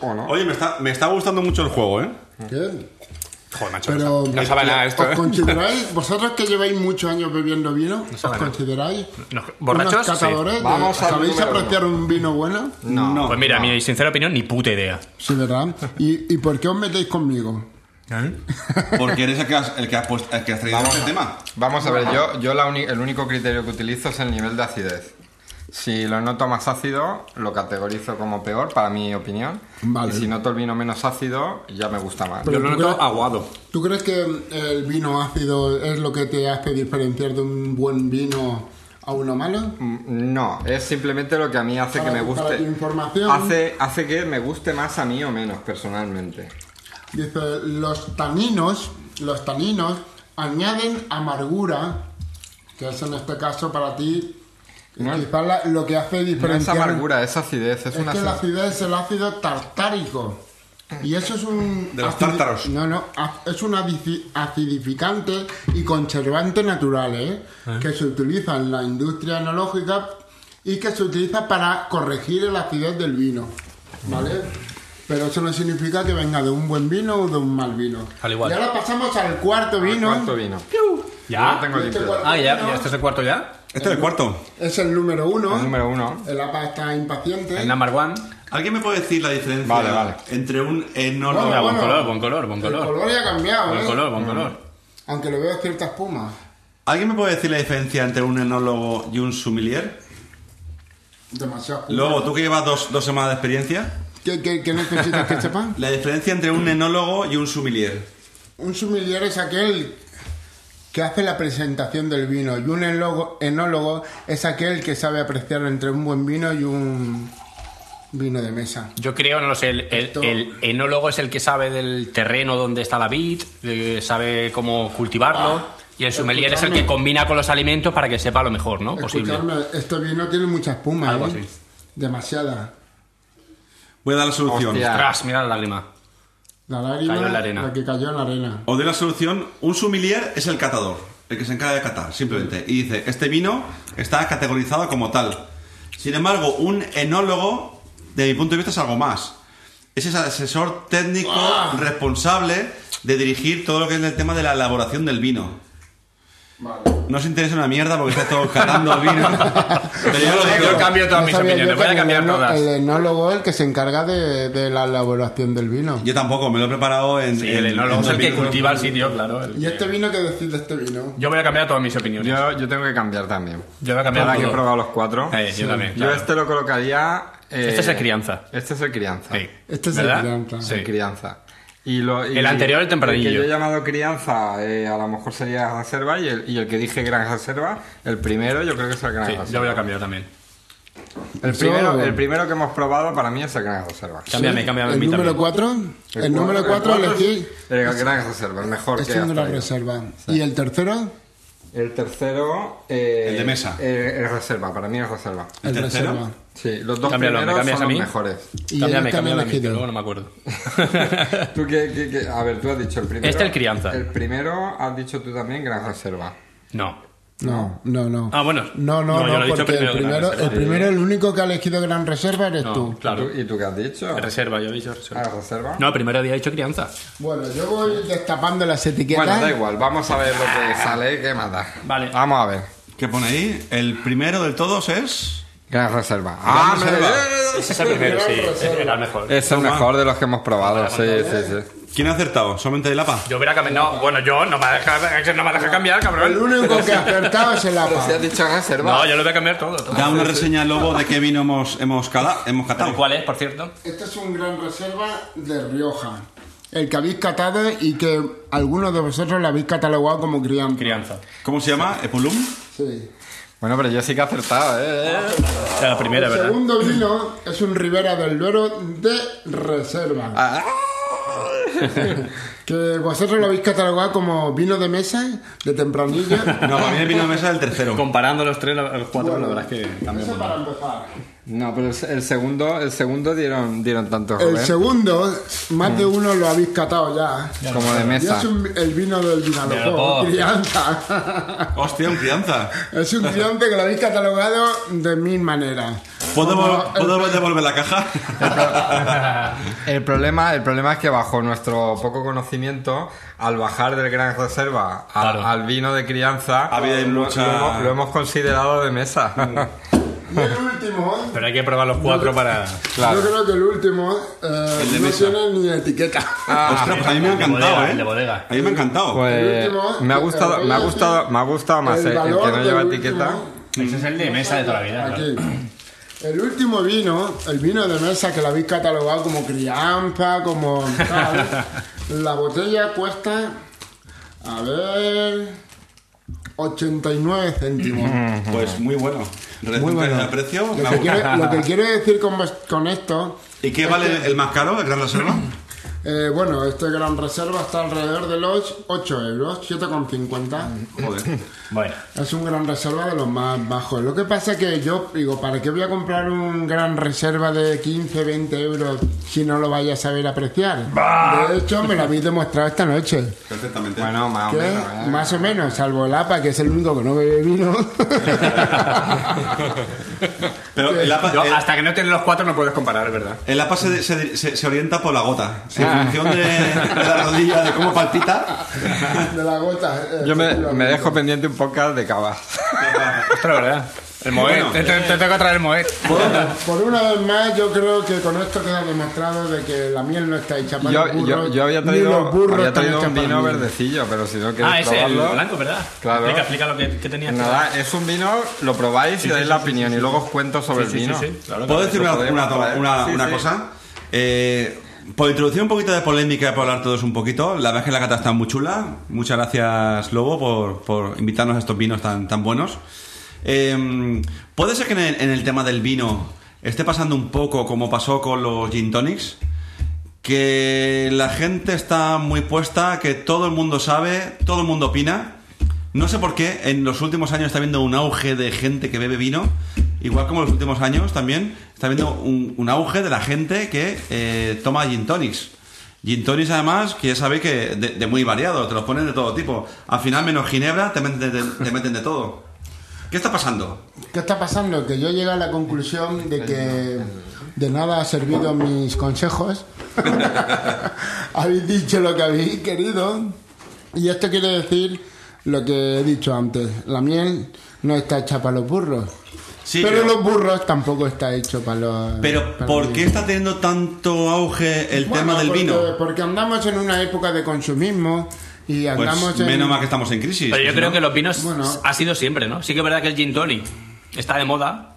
[SPEAKER 2] ¿O no?
[SPEAKER 3] Oye, me está, me está gustando mucho el juego, ¿eh?
[SPEAKER 4] ¿Qué?
[SPEAKER 1] Joder, macho.
[SPEAKER 4] Pero,
[SPEAKER 1] no sabe nada esto,
[SPEAKER 4] ¿os
[SPEAKER 1] ¿eh?
[SPEAKER 4] consideráis, vosotros que lleváis muchos años bebiendo vino, ¿os consideráis
[SPEAKER 1] No, ¿borrachos?
[SPEAKER 4] unos
[SPEAKER 1] Sí.
[SPEAKER 4] catadores? de-
[SPEAKER 2] Vamos al
[SPEAKER 4] ¿Sabéis
[SPEAKER 2] número
[SPEAKER 4] apreciar un vino bueno?
[SPEAKER 2] No.
[SPEAKER 1] Pues mira, mi sincera opinión, ni puta idea.
[SPEAKER 4] Sí, ¿verdad? ¿Y, y por qué os metéis conmigo?
[SPEAKER 3] Porque eres el que has, el que has, puesto- el que has traído este tema.
[SPEAKER 2] Vamos a ver, yo, yo la uni- el único criterio que utilizo es el nivel de acidez. Si lo noto más ácido, lo categorizo como peor, para mi opinión.
[SPEAKER 4] Vale.
[SPEAKER 2] Y si noto el vino menos ácido, ya me gusta más.
[SPEAKER 1] Yo
[SPEAKER 4] Pero
[SPEAKER 1] lo
[SPEAKER 4] tú
[SPEAKER 1] noto
[SPEAKER 4] crees-
[SPEAKER 1] aguado.
[SPEAKER 4] ¿Tú crees que el vino ácido es lo que te hace diferenciar de un buen vino a uno malo?
[SPEAKER 2] Mm, No, es simplemente lo que a mí hace
[SPEAKER 4] Para-
[SPEAKER 2] que me
[SPEAKER 4] para
[SPEAKER 2] guste.
[SPEAKER 4] tu información.
[SPEAKER 2] Hace, hace que me guste más a mí o menos, personalmente.
[SPEAKER 4] Dice, los taninos, los taninos añaden amargura, que es en este caso para ti,
[SPEAKER 2] No es-
[SPEAKER 4] quizás la- lo que hace
[SPEAKER 2] No es
[SPEAKER 4] diferenciar...
[SPEAKER 2] amargura, es acidez, es,
[SPEAKER 4] Es
[SPEAKER 2] una
[SPEAKER 4] que la
[SPEAKER 2] sen-
[SPEAKER 4] acidez es el ácido tartárico. Y eso es un...
[SPEAKER 3] De los
[SPEAKER 4] acidi-
[SPEAKER 3] tártaros.
[SPEAKER 4] No, no, ac- es un adici- acidificante y conservante natural, ¿eh? Que se utiliza en la industria enológica y que se utiliza para corregir el acidez del vino, ¿vale? Pero eso no significa que venga de un buen vino o de un mal vino.
[SPEAKER 1] Al igual.
[SPEAKER 4] Y ahora pasamos al cuarto vino.
[SPEAKER 2] Cuarto vino.
[SPEAKER 1] ¿Ya?
[SPEAKER 2] Tengo
[SPEAKER 4] Este
[SPEAKER 2] limpio.
[SPEAKER 4] cuarto
[SPEAKER 1] Ah, ya,
[SPEAKER 4] vino
[SPEAKER 1] ya, este es el cuarto ya.
[SPEAKER 3] Este es el cuarto.
[SPEAKER 4] Es el número uno.
[SPEAKER 2] El número uno.
[SPEAKER 4] El APA está impaciente.
[SPEAKER 1] El number one.
[SPEAKER 3] ¿Alguien me puede decir la diferencia
[SPEAKER 2] Vale, vale.
[SPEAKER 3] entre un enólogo?
[SPEAKER 1] Mira,
[SPEAKER 4] Bueno,
[SPEAKER 1] buen
[SPEAKER 4] bueno.
[SPEAKER 1] color, buen color, buen
[SPEAKER 4] El
[SPEAKER 1] color.
[SPEAKER 4] color ya ha cambiado,
[SPEAKER 1] Buen
[SPEAKER 4] ¿eh?
[SPEAKER 1] color, buen color.
[SPEAKER 4] Aunque le veo cierta espuma.
[SPEAKER 3] ¿Alguien me puede decir la diferencia entre un enólogo y un sumilier?
[SPEAKER 4] Demasiado espuma.
[SPEAKER 3] Luego, tú que llevas dos, dos semanas de experiencia,
[SPEAKER 4] ¿Qué, qué, qué necesitas que sepa?
[SPEAKER 3] la diferencia entre un enólogo y un sumilier.
[SPEAKER 4] Un sumiller es aquel que hace la presentación del vino y un enlogo- enólogo es aquel que sabe apreciar entre un buen vino y un vino de mesa.
[SPEAKER 1] Yo creo, no lo sé, el, el-
[SPEAKER 4] Esto-
[SPEAKER 1] el enólogo es el que sabe del terreno donde está la vid, eh, sabe cómo cultivarlo. y el sommelier es el que
[SPEAKER 4] Ah. escuchadme.
[SPEAKER 1] combina con los alimentos para que sepa lo mejor, ¿no? Posible.
[SPEAKER 4] Escuchadme, este vino tiene mucha espuma,
[SPEAKER 1] Algo
[SPEAKER 4] ¿eh?
[SPEAKER 1] así.
[SPEAKER 4] Demasiada.
[SPEAKER 3] Voy a dar la solución.
[SPEAKER 2] Hostia.
[SPEAKER 1] Tras, mira la lágrima.
[SPEAKER 4] La lágrima,
[SPEAKER 1] Cayó en la arena.
[SPEAKER 4] que cayó en la arena.
[SPEAKER 3] Os doy la solución. Un sumilier es el catador, el que se encarga de catar, simplemente. Y dice, este vino está categorizado como tal. Sin embargo, un enólogo, de mi punto de vista, es algo más. Es ese asesor técnico responsable de dirigir todo lo que es el tema de la elaboración del vino. No os interesa una mierda porque está todo catando vino. Pero yo lo digo.
[SPEAKER 1] Yo cambio todas
[SPEAKER 4] No
[SPEAKER 1] mis
[SPEAKER 4] sabía yo
[SPEAKER 1] opiniones, voy
[SPEAKER 4] que
[SPEAKER 1] a
[SPEAKER 4] el
[SPEAKER 1] cambiar
[SPEAKER 4] eno-
[SPEAKER 1] todas.
[SPEAKER 4] El enólogo es el que se encarga de, de la elaboración del vino.
[SPEAKER 3] Yo tampoco, me lo he preparado en.
[SPEAKER 1] Sí,
[SPEAKER 3] en-
[SPEAKER 1] el enólogo
[SPEAKER 3] en
[SPEAKER 1] es el que
[SPEAKER 3] vino.
[SPEAKER 1] cultiva el sitio, claro. el-
[SPEAKER 4] ¿Y este vino qué decís de este vino?
[SPEAKER 1] Yo voy a cambiar todas mis opiniones. Yo,
[SPEAKER 2] Yo, yo tengo que cambiar también.
[SPEAKER 1] voy a cambiar
[SPEAKER 2] Ahora que he
[SPEAKER 1] todo.
[SPEAKER 2] probado los cuatro.
[SPEAKER 1] Eh, yo también,
[SPEAKER 2] Yo
[SPEAKER 1] claro.
[SPEAKER 2] este lo colocaría. eh,
[SPEAKER 1] Este es el crianza.
[SPEAKER 2] Este es el crianza.
[SPEAKER 1] Sí.
[SPEAKER 4] Este es el
[SPEAKER 1] ¿Verdad?
[SPEAKER 4] crianza.
[SPEAKER 1] Sí.
[SPEAKER 2] El crianza. Y lo- y-
[SPEAKER 1] El anterior, el tempranillo.
[SPEAKER 2] El que yo he llamado crianza, eh, a lo mejor sería reserva. Y el, y el que dije gran reserva, el primero, yo creo que es el gran
[SPEAKER 1] Sí, yo
[SPEAKER 2] reserva.
[SPEAKER 1] voy a cambiar también.
[SPEAKER 2] El primero,
[SPEAKER 4] Solo.
[SPEAKER 2] el primero que hemos probado para mí es el gran reserva.
[SPEAKER 1] Cámbiame, cámbiame a
[SPEAKER 4] ¿El
[SPEAKER 1] mí
[SPEAKER 4] número
[SPEAKER 1] también.
[SPEAKER 4] 4? El, número 4 elegí.
[SPEAKER 2] El gran reserva, el mejor
[SPEAKER 4] Es
[SPEAKER 2] que has
[SPEAKER 4] una
[SPEAKER 2] traído.
[SPEAKER 4] reserva. ¿Y el tercero?
[SPEAKER 2] El tercero. eh,
[SPEAKER 3] El de mesa.
[SPEAKER 2] eh, es reserva, para mí es reserva.
[SPEAKER 3] ¿El
[SPEAKER 4] El
[SPEAKER 3] tercero?
[SPEAKER 4] reserva.
[SPEAKER 2] Sí, los dos
[SPEAKER 1] Cámbialo, ¿me
[SPEAKER 2] primeros
[SPEAKER 1] cambias
[SPEAKER 2] son
[SPEAKER 1] a mí?
[SPEAKER 2] los mejores.
[SPEAKER 4] Y
[SPEAKER 1] Cámbiame,
[SPEAKER 4] ellos también
[SPEAKER 1] cámbiame a mí, que
[SPEAKER 4] elegido.
[SPEAKER 1] luego no me acuerdo.
[SPEAKER 2] ¿Tú qué, qué- qué- A ver, tú has dicho el primero.
[SPEAKER 1] Este el crianza.
[SPEAKER 2] El primero has dicho tú también gran reserva.
[SPEAKER 1] no.
[SPEAKER 4] No, no, no.
[SPEAKER 1] Ah, bueno.
[SPEAKER 4] No, no,
[SPEAKER 1] No,
[SPEAKER 4] no,
[SPEAKER 1] yo lo he dicho
[SPEAKER 4] porque el
[SPEAKER 1] primero, gran
[SPEAKER 4] primero, el
[SPEAKER 1] reserva.
[SPEAKER 4] primero, el único que ha elegido gran reserva eres
[SPEAKER 1] No,
[SPEAKER 4] tú.
[SPEAKER 1] claro.
[SPEAKER 2] ¿Tú- ¿Y tú qué has dicho?
[SPEAKER 1] Reserva, yo he dicho reserva.
[SPEAKER 2] Ah, reserva.
[SPEAKER 1] No, primero había dicho crianza.
[SPEAKER 4] Bueno, yo voy destapando las etiquetas.
[SPEAKER 2] Bueno, da igual, vamos a ver lo que sale, qué más da.
[SPEAKER 1] Vale.
[SPEAKER 2] Vamos a ver.
[SPEAKER 3] ¿Qué pone ahí? El primero de todos es.
[SPEAKER 2] Gran reserva. ¡Ah, hombre!
[SPEAKER 3] reserva.
[SPEAKER 1] Ese es el Ah, primero, sí. Era el mejor.
[SPEAKER 2] Es el mejor de los que hemos probado, sí, sí, sí.
[SPEAKER 3] ¿Quién ha acertado? ¿Solamente el APA?
[SPEAKER 1] Yo hubiera cambiado. bueno, yo no me deja, no me deja cambiar,
[SPEAKER 4] El
[SPEAKER 1] cabrón.
[SPEAKER 4] único que ha acertado es el
[SPEAKER 2] Pero
[SPEAKER 4] APA.
[SPEAKER 2] si has dicho reserva.
[SPEAKER 1] No, yo lo voy a cambiar todo. todo.
[SPEAKER 3] Da una reseña lobo de qué vino hemos, hemos, cala- hemos
[SPEAKER 1] Pero
[SPEAKER 3] catado.
[SPEAKER 1] ¿Cuál es, por cierto?
[SPEAKER 4] Este es un gran reserva de Rioja. El que habéis catado y que algunos de vosotros lo habéis catalogado como crianza.
[SPEAKER 1] Crianza.
[SPEAKER 3] ¿Cómo se llama? ¿Epulum?
[SPEAKER 4] Sí.
[SPEAKER 2] Bueno, pero yo sí que he acertado, ¿eh?
[SPEAKER 8] Era la primera,
[SPEAKER 4] El
[SPEAKER 8] ¿verdad?
[SPEAKER 4] segundo vino es un Ribera del Duero de reserva.
[SPEAKER 2] Ah.
[SPEAKER 4] que vosotros lo habéis catalogado como vino de mesa, de tempranilla.
[SPEAKER 3] No, para mí el vino de mesa es el tercero.
[SPEAKER 1] Comparando los tres, la- los cuatro, la verdad es que cambia
[SPEAKER 4] Eso
[SPEAKER 1] mucho.
[SPEAKER 4] para empezar.
[SPEAKER 2] No, pero el se- el segundo, el segundo dieron, dieron tanto
[SPEAKER 4] El
[SPEAKER 2] joven
[SPEAKER 4] segundo, más de uno lo habéis catado ya.
[SPEAKER 2] como de
[SPEAKER 4] Y
[SPEAKER 2] mesa.
[SPEAKER 4] es un- el vino del
[SPEAKER 8] Vinalopó.
[SPEAKER 4] Vinalopó, crianza.
[SPEAKER 3] Hostia, un crianza.
[SPEAKER 4] es un cliente que lo habéis catalogado de mil maneras.
[SPEAKER 3] ¿Puedo,
[SPEAKER 4] Como
[SPEAKER 3] vol- ¿puedo devolver la caja?
[SPEAKER 2] El problema, el problema es que bajo nuestro poco conocimiento, al bajar del Gran Reserva a-
[SPEAKER 8] Claro.
[SPEAKER 2] al vino de crianza,
[SPEAKER 3] Ha habido
[SPEAKER 2] lo,
[SPEAKER 3] mucha-
[SPEAKER 2] lo hemos, lo hemos considerado de mesa.
[SPEAKER 4] Y el último,
[SPEAKER 1] Pero hay que probar los cuatro para.
[SPEAKER 2] claro.
[SPEAKER 4] yo creo que el último eh,
[SPEAKER 3] El de
[SPEAKER 4] no
[SPEAKER 3] mesa.
[SPEAKER 4] tiene ni etiqueta.
[SPEAKER 3] Ostras, a mí me ha
[SPEAKER 8] El de
[SPEAKER 3] encantado,
[SPEAKER 8] bodega,
[SPEAKER 3] ¿eh?
[SPEAKER 8] el de bodega.
[SPEAKER 3] A mí me ha encantado.
[SPEAKER 2] Pues,
[SPEAKER 4] El último,
[SPEAKER 2] me ha gustado,
[SPEAKER 4] el-
[SPEAKER 2] me ha gustado, me ha gustado más el,
[SPEAKER 4] El
[SPEAKER 2] el que
[SPEAKER 4] valor
[SPEAKER 2] no lleva
[SPEAKER 4] del
[SPEAKER 2] etiqueta.
[SPEAKER 4] último-
[SPEAKER 8] Ese es el de mesa de toda la vida. claro.
[SPEAKER 4] Aquí. El último vino, el vino de mesa que lo habéis catalogado como crianza, como tal, la botella cuesta, a ver, 89 céntimos.
[SPEAKER 3] Pues muy bueno. Muy
[SPEAKER 2] bueno.
[SPEAKER 3] de precio. me
[SPEAKER 4] Lo
[SPEAKER 3] ha
[SPEAKER 4] que
[SPEAKER 3] gustado.
[SPEAKER 4] quiero, lo que quiero decir con, vos- con esto,
[SPEAKER 3] ¿Y qué vale el más caro, el Gran Reserva?
[SPEAKER 4] eh, bueno, este gran reserva está alrededor de los 8 euros, 7,50.
[SPEAKER 3] Joder.
[SPEAKER 8] Bueno,
[SPEAKER 4] Es un gran reserva de los más bajos. Lo que pasa que yo digo, ¿para qué voy a comprar un gran reserva de 15, 20 euros si no lo vaya a saber apreciar? De hecho, me lo habéis demostrado esta noche.
[SPEAKER 3] Perfectamente.
[SPEAKER 2] Bueno, más o
[SPEAKER 4] Que
[SPEAKER 2] menos. ¿eh?
[SPEAKER 4] más o menos, salvo el APA, que es el único que no bebe vino.
[SPEAKER 3] Pero el APA,
[SPEAKER 6] Yo,
[SPEAKER 3] el-
[SPEAKER 6] hasta que no tienes los cuatro no puedes comparar, es verdad.
[SPEAKER 3] el APA se, se- se- se orienta por la gota. En función de, de la rodilla, de cómo palpita.
[SPEAKER 4] de la gota. eh,
[SPEAKER 2] Yo me,
[SPEAKER 4] efectivamente.
[SPEAKER 2] me dejo pendiente un podcast de cavas.
[SPEAKER 6] Ostras, verdad. El Moet.
[SPEAKER 3] Bueno,
[SPEAKER 6] te, te- te toca traer el Moet.
[SPEAKER 4] Por una vez más, yo creo que con esto queda demostrado de que la miel no está hecha para
[SPEAKER 2] Yo,
[SPEAKER 4] los burros.
[SPEAKER 2] yo, yo había
[SPEAKER 4] ni
[SPEAKER 2] traído,
[SPEAKER 4] los burros
[SPEAKER 2] había
[SPEAKER 4] están
[SPEAKER 2] traído
[SPEAKER 4] hechos
[SPEAKER 2] un
[SPEAKER 4] para
[SPEAKER 2] vino
[SPEAKER 4] mí.
[SPEAKER 2] verdecillo, pero si no
[SPEAKER 8] ah,
[SPEAKER 2] queréis
[SPEAKER 8] ese es el
[SPEAKER 2] probarlo.
[SPEAKER 8] blanco, ¿verdad?
[SPEAKER 2] Claro.
[SPEAKER 8] Explica, explica lo que, que tenías.
[SPEAKER 2] Nada, es un vino, lo probáis y dais la opinión y luego os cuento sobre
[SPEAKER 8] Sí,
[SPEAKER 2] el
[SPEAKER 8] sí,
[SPEAKER 2] vino.
[SPEAKER 8] sí, sí.
[SPEAKER 3] ¿Puedo decir una,
[SPEAKER 2] Podemos
[SPEAKER 3] una-
[SPEAKER 2] probar.
[SPEAKER 3] una-
[SPEAKER 2] Sí,
[SPEAKER 3] una
[SPEAKER 2] sí.
[SPEAKER 3] cosa? Eh, por introducir un poquito de polémica y por hablar todos un poquito, la verdad es que la cata está muy chula. Muchas gracias, Lobo, por, por invitarnos a estos vinos tan, tan buenos. Eh, ¿Puede ser que en el, en el tema del vino esté pasando un poco como pasó con los gin tonics? Que la gente está muy puesta, que todo el mundo sabe, todo el mundo opina. No sé por qué, en los últimos años está habiendo un auge de gente que bebe vino, igual como en los últimos años también está habiendo un, un auge de la gente que eh, toma gin tonics. Gin tonics además, que ya sabéis que de, de muy variado, te los ponen de todo tipo. Al final, menos ginebra, te meten de, te meten de todo. ¿Qué está pasando?
[SPEAKER 4] ¿Qué está pasando? Que yo llegué a la conclusión de que de nada ha servido mis consejos. habéis dicho lo que habéis querido. Y esto quiere decir lo que he dicho antes. La miel no está hecha para los burros.
[SPEAKER 3] Sí,
[SPEAKER 4] pero
[SPEAKER 3] pero-
[SPEAKER 4] los burros tampoco está hecho para los...
[SPEAKER 3] Pero,
[SPEAKER 4] para
[SPEAKER 3] ¿por
[SPEAKER 4] mí.
[SPEAKER 3] qué está teniendo tanto auge el
[SPEAKER 4] Bueno,
[SPEAKER 3] tema del
[SPEAKER 4] porque-
[SPEAKER 3] vino?
[SPEAKER 4] Porque andamos en una época de consumismo y andamos
[SPEAKER 3] Pues
[SPEAKER 4] en...
[SPEAKER 3] menos mal que estamos en crisis.
[SPEAKER 8] Pero yo
[SPEAKER 3] si
[SPEAKER 8] creo
[SPEAKER 3] no-
[SPEAKER 8] que los vinos
[SPEAKER 4] Bueno.
[SPEAKER 8] ha sido siempre, ¿no? Sí que es verdad que el gin tonic está de moda,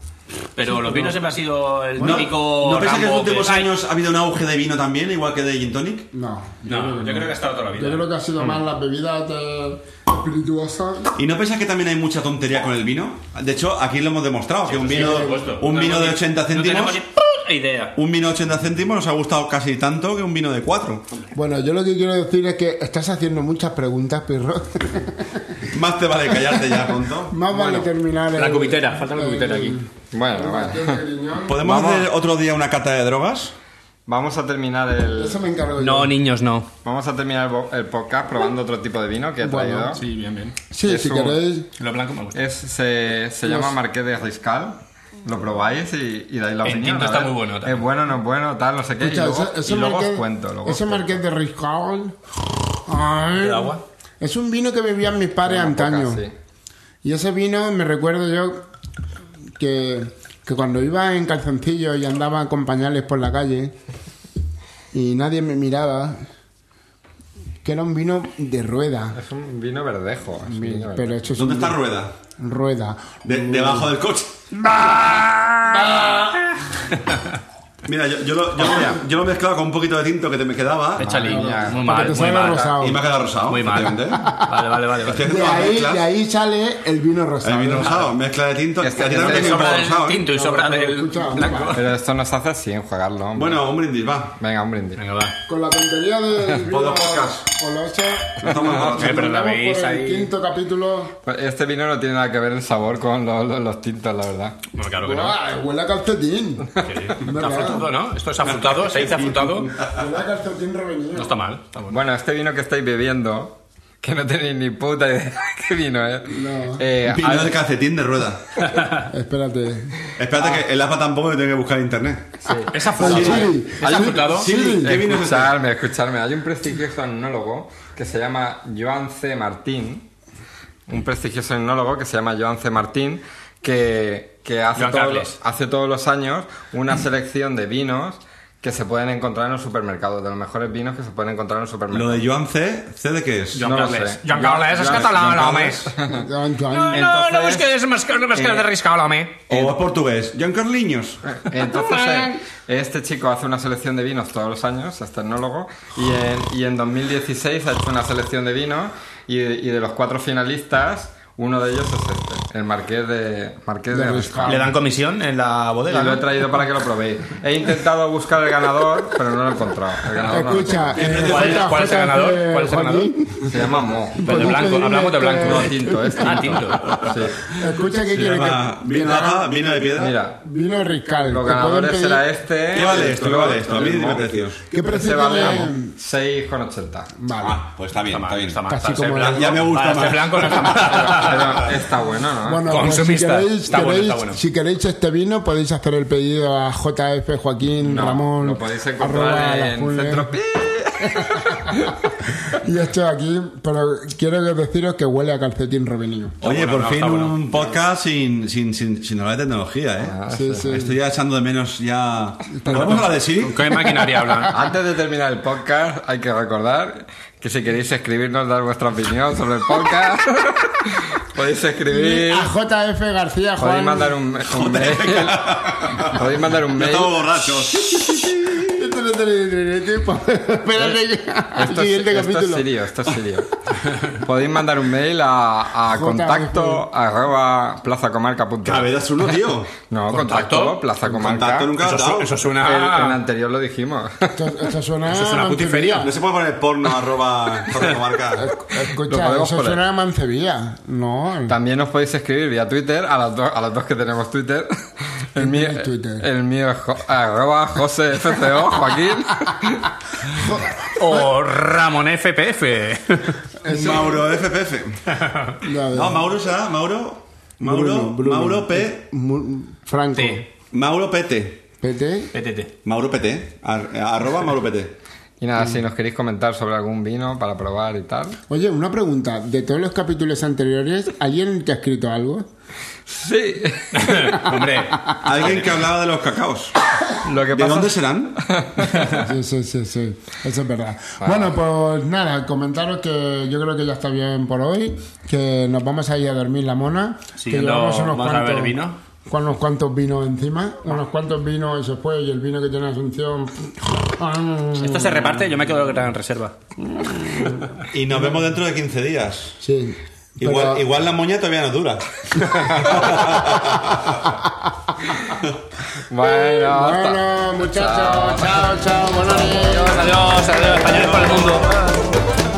[SPEAKER 8] pero los vinos siempre ha sido el
[SPEAKER 3] ¿No,
[SPEAKER 8] mítico
[SPEAKER 3] ¿no pensáis que en los
[SPEAKER 8] Rambo
[SPEAKER 3] últimos
[SPEAKER 8] que-
[SPEAKER 3] años ha habido un auge de vino también, igual que de gin tonic?
[SPEAKER 4] No.
[SPEAKER 8] No, yo creo que ha estado toda la
[SPEAKER 4] Yo
[SPEAKER 8] vida.
[SPEAKER 4] creo que ha sido más las bebidas eh, espirituosas.
[SPEAKER 3] ¿Y no pensás que también hay mucha tontería con el vino? De hecho, aquí lo hemos demostrado, que un vino,
[SPEAKER 8] por supuesto.
[SPEAKER 3] un
[SPEAKER 8] No
[SPEAKER 3] vino de
[SPEAKER 8] tenemos ni-
[SPEAKER 3] 80
[SPEAKER 8] No
[SPEAKER 3] céntimos,
[SPEAKER 8] tenemos ni puta idea.
[SPEAKER 3] un vino de 80 céntimos nos ha gustado casi tanto que un vino de 4.
[SPEAKER 4] Bueno, yo lo que quiero decir es que estás haciendo muchas preguntas, perro.
[SPEAKER 3] Más te vale callarte ya, tonto.
[SPEAKER 4] Más vale terminar.
[SPEAKER 1] La
[SPEAKER 4] el-
[SPEAKER 1] cubitera, falta la cubitera
[SPEAKER 4] el-
[SPEAKER 1] aquí.
[SPEAKER 2] Bueno,
[SPEAKER 4] el-
[SPEAKER 2] bueno.
[SPEAKER 4] el riñón.
[SPEAKER 3] ¿Podemos
[SPEAKER 2] Vamos.
[SPEAKER 3] hacer otro día una cata de drogas?
[SPEAKER 2] Vamos a terminar el,
[SPEAKER 4] Eso me encargo
[SPEAKER 1] No,
[SPEAKER 4] yo.
[SPEAKER 1] niños, no.
[SPEAKER 2] vamos a terminar el, bo- el podcast probando otro tipo de vino que he
[SPEAKER 4] Bueno,
[SPEAKER 2] traído.
[SPEAKER 5] Sí, bien, bien.
[SPEAKER 4] Sí, si
[SPEAKER 2] eso.
[SPEAKER 4] queréis.
[SPEAKER 8] Lo blanco me gusta.
[SPEAKER 2] Es, se se llama Marqués de Riscal. Lo probáis y, y dais la
[SPEAKER 8] En
[SPEAKER 2] opinión.
[SPEAKER 8] tinto
[SPEAKER 2] a
[SPEAKER 8] está
[SPEAKER 2] ver,
[SPEAKER 8] muy bueno también.
[SPEAKER 2] Es bueno, no es bueno, tal, no sé qué.
[SPEAKER 4] Escucha,
[SPEAKER 2] y luego,
[SPEAKER 4] ese, ese
[SPEAKER 2] y luego
[SPEAKER 4] marqués,
[SPEAKER 2] os cuento. Luego os
[SPEAKER 4] ese
[SPEAKER 2] cuento.
[SPEAKER 4] marqués de Riscal. Ay.
[SPEAKER 8] agua?
[SPEAKER 4] Es un vino que bebían mis padres
[SPEAKER 2] Una poca,
[SPEAKER 4] antaño.
[SPEAKER 2] sí.
[SPEAKER 4] Y ese vino me recuerdo yo que, que cuando iba en calzoncillos y andaba con pañales por la calle y nadie me miraba, que era un vino de rueda.
[SPEAKER 2] Es un vino verdejo. es un vino verdejo.
[SPEAKER 4] Pero esto es
[SPEAKER 3] ¿Dónde
[SPEAKER 4] Pues un
[SPEAKER 3] está Rueda?
[SPEAKER 4] rueda.
[SPEAKER 3] De- debajo del coche. Mira, yo, yo lo, yo lo- yo lo mezclaba con un poquito de tinto que te me quedaba.
[SPEAKER 8] Ah,
[SPEAKER 1] Échale.
[SPEAKER 2] mía.
[SPEAKER 1] Muy
[SPEAKER 4] Porque
[SPEAKER 1] mal,
[SPEAKER 4] te
[SPEAKER 1] muy
[SPEAKER 4] sale
[SPEAKER 1] mal.
[SPEAKER 4] rosado.
[SPEAKER 3] Y me ha quedado rosado. Este
[SPEAKER 1] Muy mal.
[SPEAKER 3] efectivamente.
[SPEAKER 1] Vale, vale, vale.
[SPEAKER 3] Estoy
[SPEAKER 1] vale.
[SPEAKER 3] haciendo
[SPEAKER 4] De
[SPEAKER 3] las
[SPEAKER 4] ahí,
[SPEAKER 3] mezclas.
[SPEAKER 4] de ahí sale el vino
[SPEAKER 3] El
[SPEAKER 4] rosado.
[SPEAKER 3] vino rosado, mezcla de tinto.
[SPEAKER 2] Este-
[SPEAKER 3] a ti también
[SPEAKER 2] este
[SPEAKER 3] te viene un
[SPEAKER 8] Sobra
[SPEAKER 3] poco
[SPEAKER 8] del
[SPEAKER 3] rosado, ¿eh?
[SPEAKER 8] tinto y sobra del
[SPEAKER 4] Escucha,
[SPEAKER 8] blanco.
[SPEAKER 2] Pero esto nos hace así enjuagarlo. hombre.
[SPEAKER 3] Bueno, un brindis, va.
[SPEAKER 2] Venga, un brindis.
[SPEAKER 1] Venga, va.
[SPEAKER 4] Con la tontería del
[SPEAKER 3] Por
[SPEAKER 4] vino
[SPEAKER 3] los podcasts.
[SPEAKER 4] coloso,
[SPEAKER 3] No estamos borrachos.
[SPEAKER 1] Eh, pero la
[SPEAKER 4] vamos
[SPEAKER 1] veis
[SPEAKER 4] por el
[SPEAKER 1] ahí.
[SPEAKER 4] quinto capítulo.
[SPEAKER 2] Pues Este vino no tiene nada que ver el sabor con los, los- los tintos, la verdad.
[SPEAKER 1] Bueno, claro que no.
[SPEAKER 4] Buah, Huele a calcetín.
[SPEAKER 1] Está afrutado, ¿no? Esto es afrutado, se dice afrutado. No
[SPEAKER 4] Huele a calcetín revenido.
[SPEAKER 1] está mal. está bueno.
[SPEAKER 2] Bueno, este vino que estáis bebiendo, que no tenéis ni puta idea de qué vino es.
[SPEAKER 4] No.
[SPEAKER 2] Eh,
[SPEAKER 3] Vino
[SPEAKER 2] al-
[SPEAKER 3] de calcetín de rueda.
[SPEAKER 4] Espérate.
[SPEAKER 3] Espérate que el APA tampoco lo tiene que buscar en internet.
[SPEAKER 1] Es afrutado.
[SPEAKER 4] Sí.
[SPEAKER 1] ¿Es afrutado?
[SPEAKER 3] Sí, ¿qué vino es este?
[SPEAKER 2] Escucharme, escucharme. Hay un prestigioso etnólogo que se llama Joan C. Martín. Un prestigioso etnólogo que se llama Joan C. Martín, que, que hace,
[SPEAKER 1] Joan
[SPEAKER 2] todos
[SPEAKER 1] Carles.
[SPEAKER 2] los, hace todos los años una selección de vinos que se pueden encontrar en los supermercados, de los mejores vinos que se pueden encontrar en los
[SPEAKER 3] este? Lo
[SPEAKER 2] supermercados.
[SPEAKER 3] de Joan C, ¿C de qué es?
[SPEAKER 2] No lo sé.
[SPEAKER 1] Joan Carles, eh, es
[SPEAKER 2] Joan-
[SPEAKER 1] catalán,
[SPEAKER 3] Joan
[SPEAKER 1] l'home.
[SPEAKER 3] Carles.
[SPEAKER 4] Joan, Joan.
[SPEAKER 1] No, no
[SPEAKER 2] Entonces-
[SPEAKER 1] busques más que de risca, l'home.
[SPEAKER 3] ¿O es portugués? Joan Carliños.
[SPEAKER 2] Entonces, eh, este chico hace una selección de vinos todos los años, este etnólogo, y en, y en 2016 ha hecho una selección de vinos y, y de los cuatro finalistas, uno de ellos es este, el Marqués de, Marqués de,
[SPEAKER 4] De
[SPEAKER 2] Riscal.
[SPEAKER 4] Riscal.
[SPEAKER 8] ¿Le dan comisión en la
[SPEAKER 2] Y
[SPEAKER 8] bodega?
[SPEAKER 2] lo he
[SPEAKER 8] ¿no?
[SPEAKER 2] traído para que lo probéis. He intentado buscar el ganador, pero no lo he encontrado. El ganador no lo he
[SPEAKER 4] Escucha, eh,
[SPEAKER 1] ¿Cuál es-
[SPEAKER 4] Jota,
[SPEAKER 1] cuál es el
[SPEAKER 4] Jota,
[SPEAKER 1] ganador?
[SPEAKER 4] eh,
[SPEAKER 1] ¿Cuál es el ganador?
[SPEAKER 4] Joaquín,
[SPEAKER 2] encontrado. Se llama Mo.
[SPEAKER 1] Pero de blanco, hablamos de blanco.
[SPEAKER 2] No, tinto, es tinto.
[SPEAKER 1] Ah, tinto.
[SPEAKER 2] ¿eh? Sí.
[SPEAKER 4] Escucha que
[SPEAKER 3] Se
[SPEAKER 4] quiere
[SPEAKER 3] llama
[SPEAKER 4] que.
[SPEAKER 3] Vino de APA, vino de piedra.
[SPEAKER 2] Mira,
[SPEAKER 4] Vino Riscal.
[SPEAKER 2] los
[SPEAKER 4] te pueden
[SPEAKER 2] ganadores
[SPEAKER 4] pedir-
[SPEAKER 2] será este.
[SPEAKER 3] ¿Qué vale esto? ¿Qué vale
[SPEAKER 2] el
[SPEAKER 3] esto? A mí
[SPEAKER 2] Mo.
[SPEAKER 3] dime precios.
[SPEAKER 4] ¿Qué
[SPEAKER 2] Ese
[SPEAKER 4] precio
[SPEAKER 2] vale
[SPEAKER 4] tiene?
[SPEAKER 2] 6,80.
[SPEAKER 4] Vale.
[SPEAKER 3] Ah, pues está bien,
[SPEAKER 1] Está
[SPEAKER 3] está
[SPEAKER 1] mal,
[SPEAKER 3] bien.
[SPEAKER 1] está mal.
[SPEAKER 4] Casi
[SPEAKER 1] Para ser
[SPEAKER 4] como
[SPEAKER 1] blanco-
[SPEAKER 4] el-
[SPEAKER 3] Ya me gusta
[SPEAKER 1] para ser
[SPEAKER 3] más.
[SPEAKER 1] blanco no está mal.
[SPEAKER 2] Pero está bueno, ¿no?
[SPEAKER 4] Bueno, pues
[SPEAKER 1] Consumista.
[SPEAKER 4] si queréis,
[SPEAKER 1] Está bueno,
[SPEAKER 4] queréis-
[SPEAKER 1] está bueno.
[SPEAKER 4] si queréis este vino, podéis hacer el pedido a JF Joaquín
[SPEAKER 2] No,
[SPEAKER 4] Ramón.
[SPEAKER 2] Lo podéis
[SPEAKER 4] arroba
[SPEAKER 2] encontrar
[SPEAKER 4] la
[SPEAKER 2] en
[SPEAKER 4] fulle.
[SPEAKER 2] Centro Pi.
[SPEAKER 4] Y esto aquí, pero quiero deciros que huele a calcetín revenido.
[SPEAKER 3] Oye,
[SPEAKER 1] bueno,
[SPEAKER 3] por
[SPEAKER 1] no,
[SPEAKER 3] fin
[SPEAKER 1] está bueno.
[SPEAKER 3] un podcast sin, sin, sin, sin hablar de tecnología, ¿eh?
[SPEAKER 4] Sí, sí.
[SPEAKER 3] Estoy ya echando de menos ya... ¿Podemos hablar de Siri?
[SPEAKER 1] ¿Qué maquinaria hablan?
[SPEAKER 2] Antes de terminar el podcast, hay que recordar que si queréis escribirnos, dar vuestra opinión sobre el podcast, podéis escribir.
[SPEAKER 4] A JF García
[SPEAKER 2] Podéis
[SPEAKER 4] Juan.
[SPEAKER 2] mandar un, un mail. Podéis mandar un
[SPEAKER 3] Ya
[SPEAKER 2] mail.
[SPEAKER 3] estamos borrachos.
[SPEAKER 4] Espérate que- al
[SPEAKER 2] Esto es, esto
[SPEAKER 4] siguiente
[SPEAKER 2] es
[SPEAKER 4] capítulo.
[SPEAKER 2] serio, esto es serio. Podéis mandar un mail a, a
[SPEAKER 4] JF.
[SPEAKER 2] contacto arroba plazacomarca.es.
[SPEAKER 3] Cabedas uno, tío.
[SPEAKER 2] No, contacto,
[SPEAKER 1] Contacto.
[SPEAKER 2] plazacomarca.
[SPEAKER 3] Contacto nunca has
[SPEAKER 1] Eso, su-
[SPEAKER 3] dado.
[SPEAKER 1] eso
[SPEAKER 2] El, el
[SPEAKER 1] suena.
[SPEAKER 2] anterior lo dijimos.
[SPEAKER 4] Esto, esto suena.
[SPEAKER 1] Eso es una putiferia.
[SPEAKER 3] No se puede poner porno arroba Jorge Comarca.
[SPEAKER 2] Lo
[SPEAKER 4] Escucha,
[SPEAKER 2] podemos
[SPEAKER 4] eso
[SPEAKER 2] poner.
[SPEAKER 4] suena a mancebilla. No.
[SPEAKER 2] También nos podéis escribir vía Twitter, a las dos, a las dos que tenemos Twitter. El mío,
[SPEAKER 4] tienes Twitter?
[SPEAKER 2] El mío es jo- arroba José FCO, Joaquín.
[SPEAKER 1] O Ramón FPF.
[SPEAKER 3] Mauro FPF.
[SPEAKER 4] Ya ves.
[SPEAKER 3] No, Mauro será Mauro... Mauro,
[SPEAKER 4] Bruno, Bruno.
[SPEAKER 3] Mauro P...
[SPEAKER 4] Mu- Franco.
[SPEAKER 1] T.
[SPEAKER 3] Mauro PT.
[SPEAKER 4] Pete.
[SPEAKER 1] PTT.
[SPEAKER 3] Mauro PT. ar- arroba Mauro PT.
[SPEAKER 2] Y nada, si nos queréis comentar sobre algún vino para probar y tal.
[SPEAKER 4] Oye, una pregunta. De todos los capítulos anteriores, ¿alguien te ha escrito algo?
[SPEAKER 2] Sí.
[SPEAKER 1] Hombre,
[SPEAKER 3] Alguien que hablaba de los cacaos.
[SPEAKER 2] Lo que
[SPEAKER 3] ¿De
[SPEAKER 2] pasa
[SPEAKER 3] dónde serán?
[SPEAKER 4] Sí, sí, sí, sí. Eso es verdad. Bueno, pues nada, comentaros que yo creo que ya está bien por hoy. Que nos vamos a ir a dormir la mona. que
[SPEAKER 1] Siguiendo, vamos a beber vino.
[SPEAKER 4] Con unos cuantos vinos encima, unos cuantos vinos y después, y el vino que tiene Asunción.
[SPEAKER 8] Esto se reparte, yo me quedo en reserva.
[SPEAKER 3] Y nos vemos dentro de 15 días.
[SPEAKER 4] Sí. pero-
[SPEAKER 3] Igual, igual la moña todavía no dura.
[SPEAKER 2] es- Bueno, hasta-
[SPEAKER 4] Bueno, muchachos, chao, chao, buenas noches.
[SPEAKER 8] Adiós, adiós, españoles por el mundo.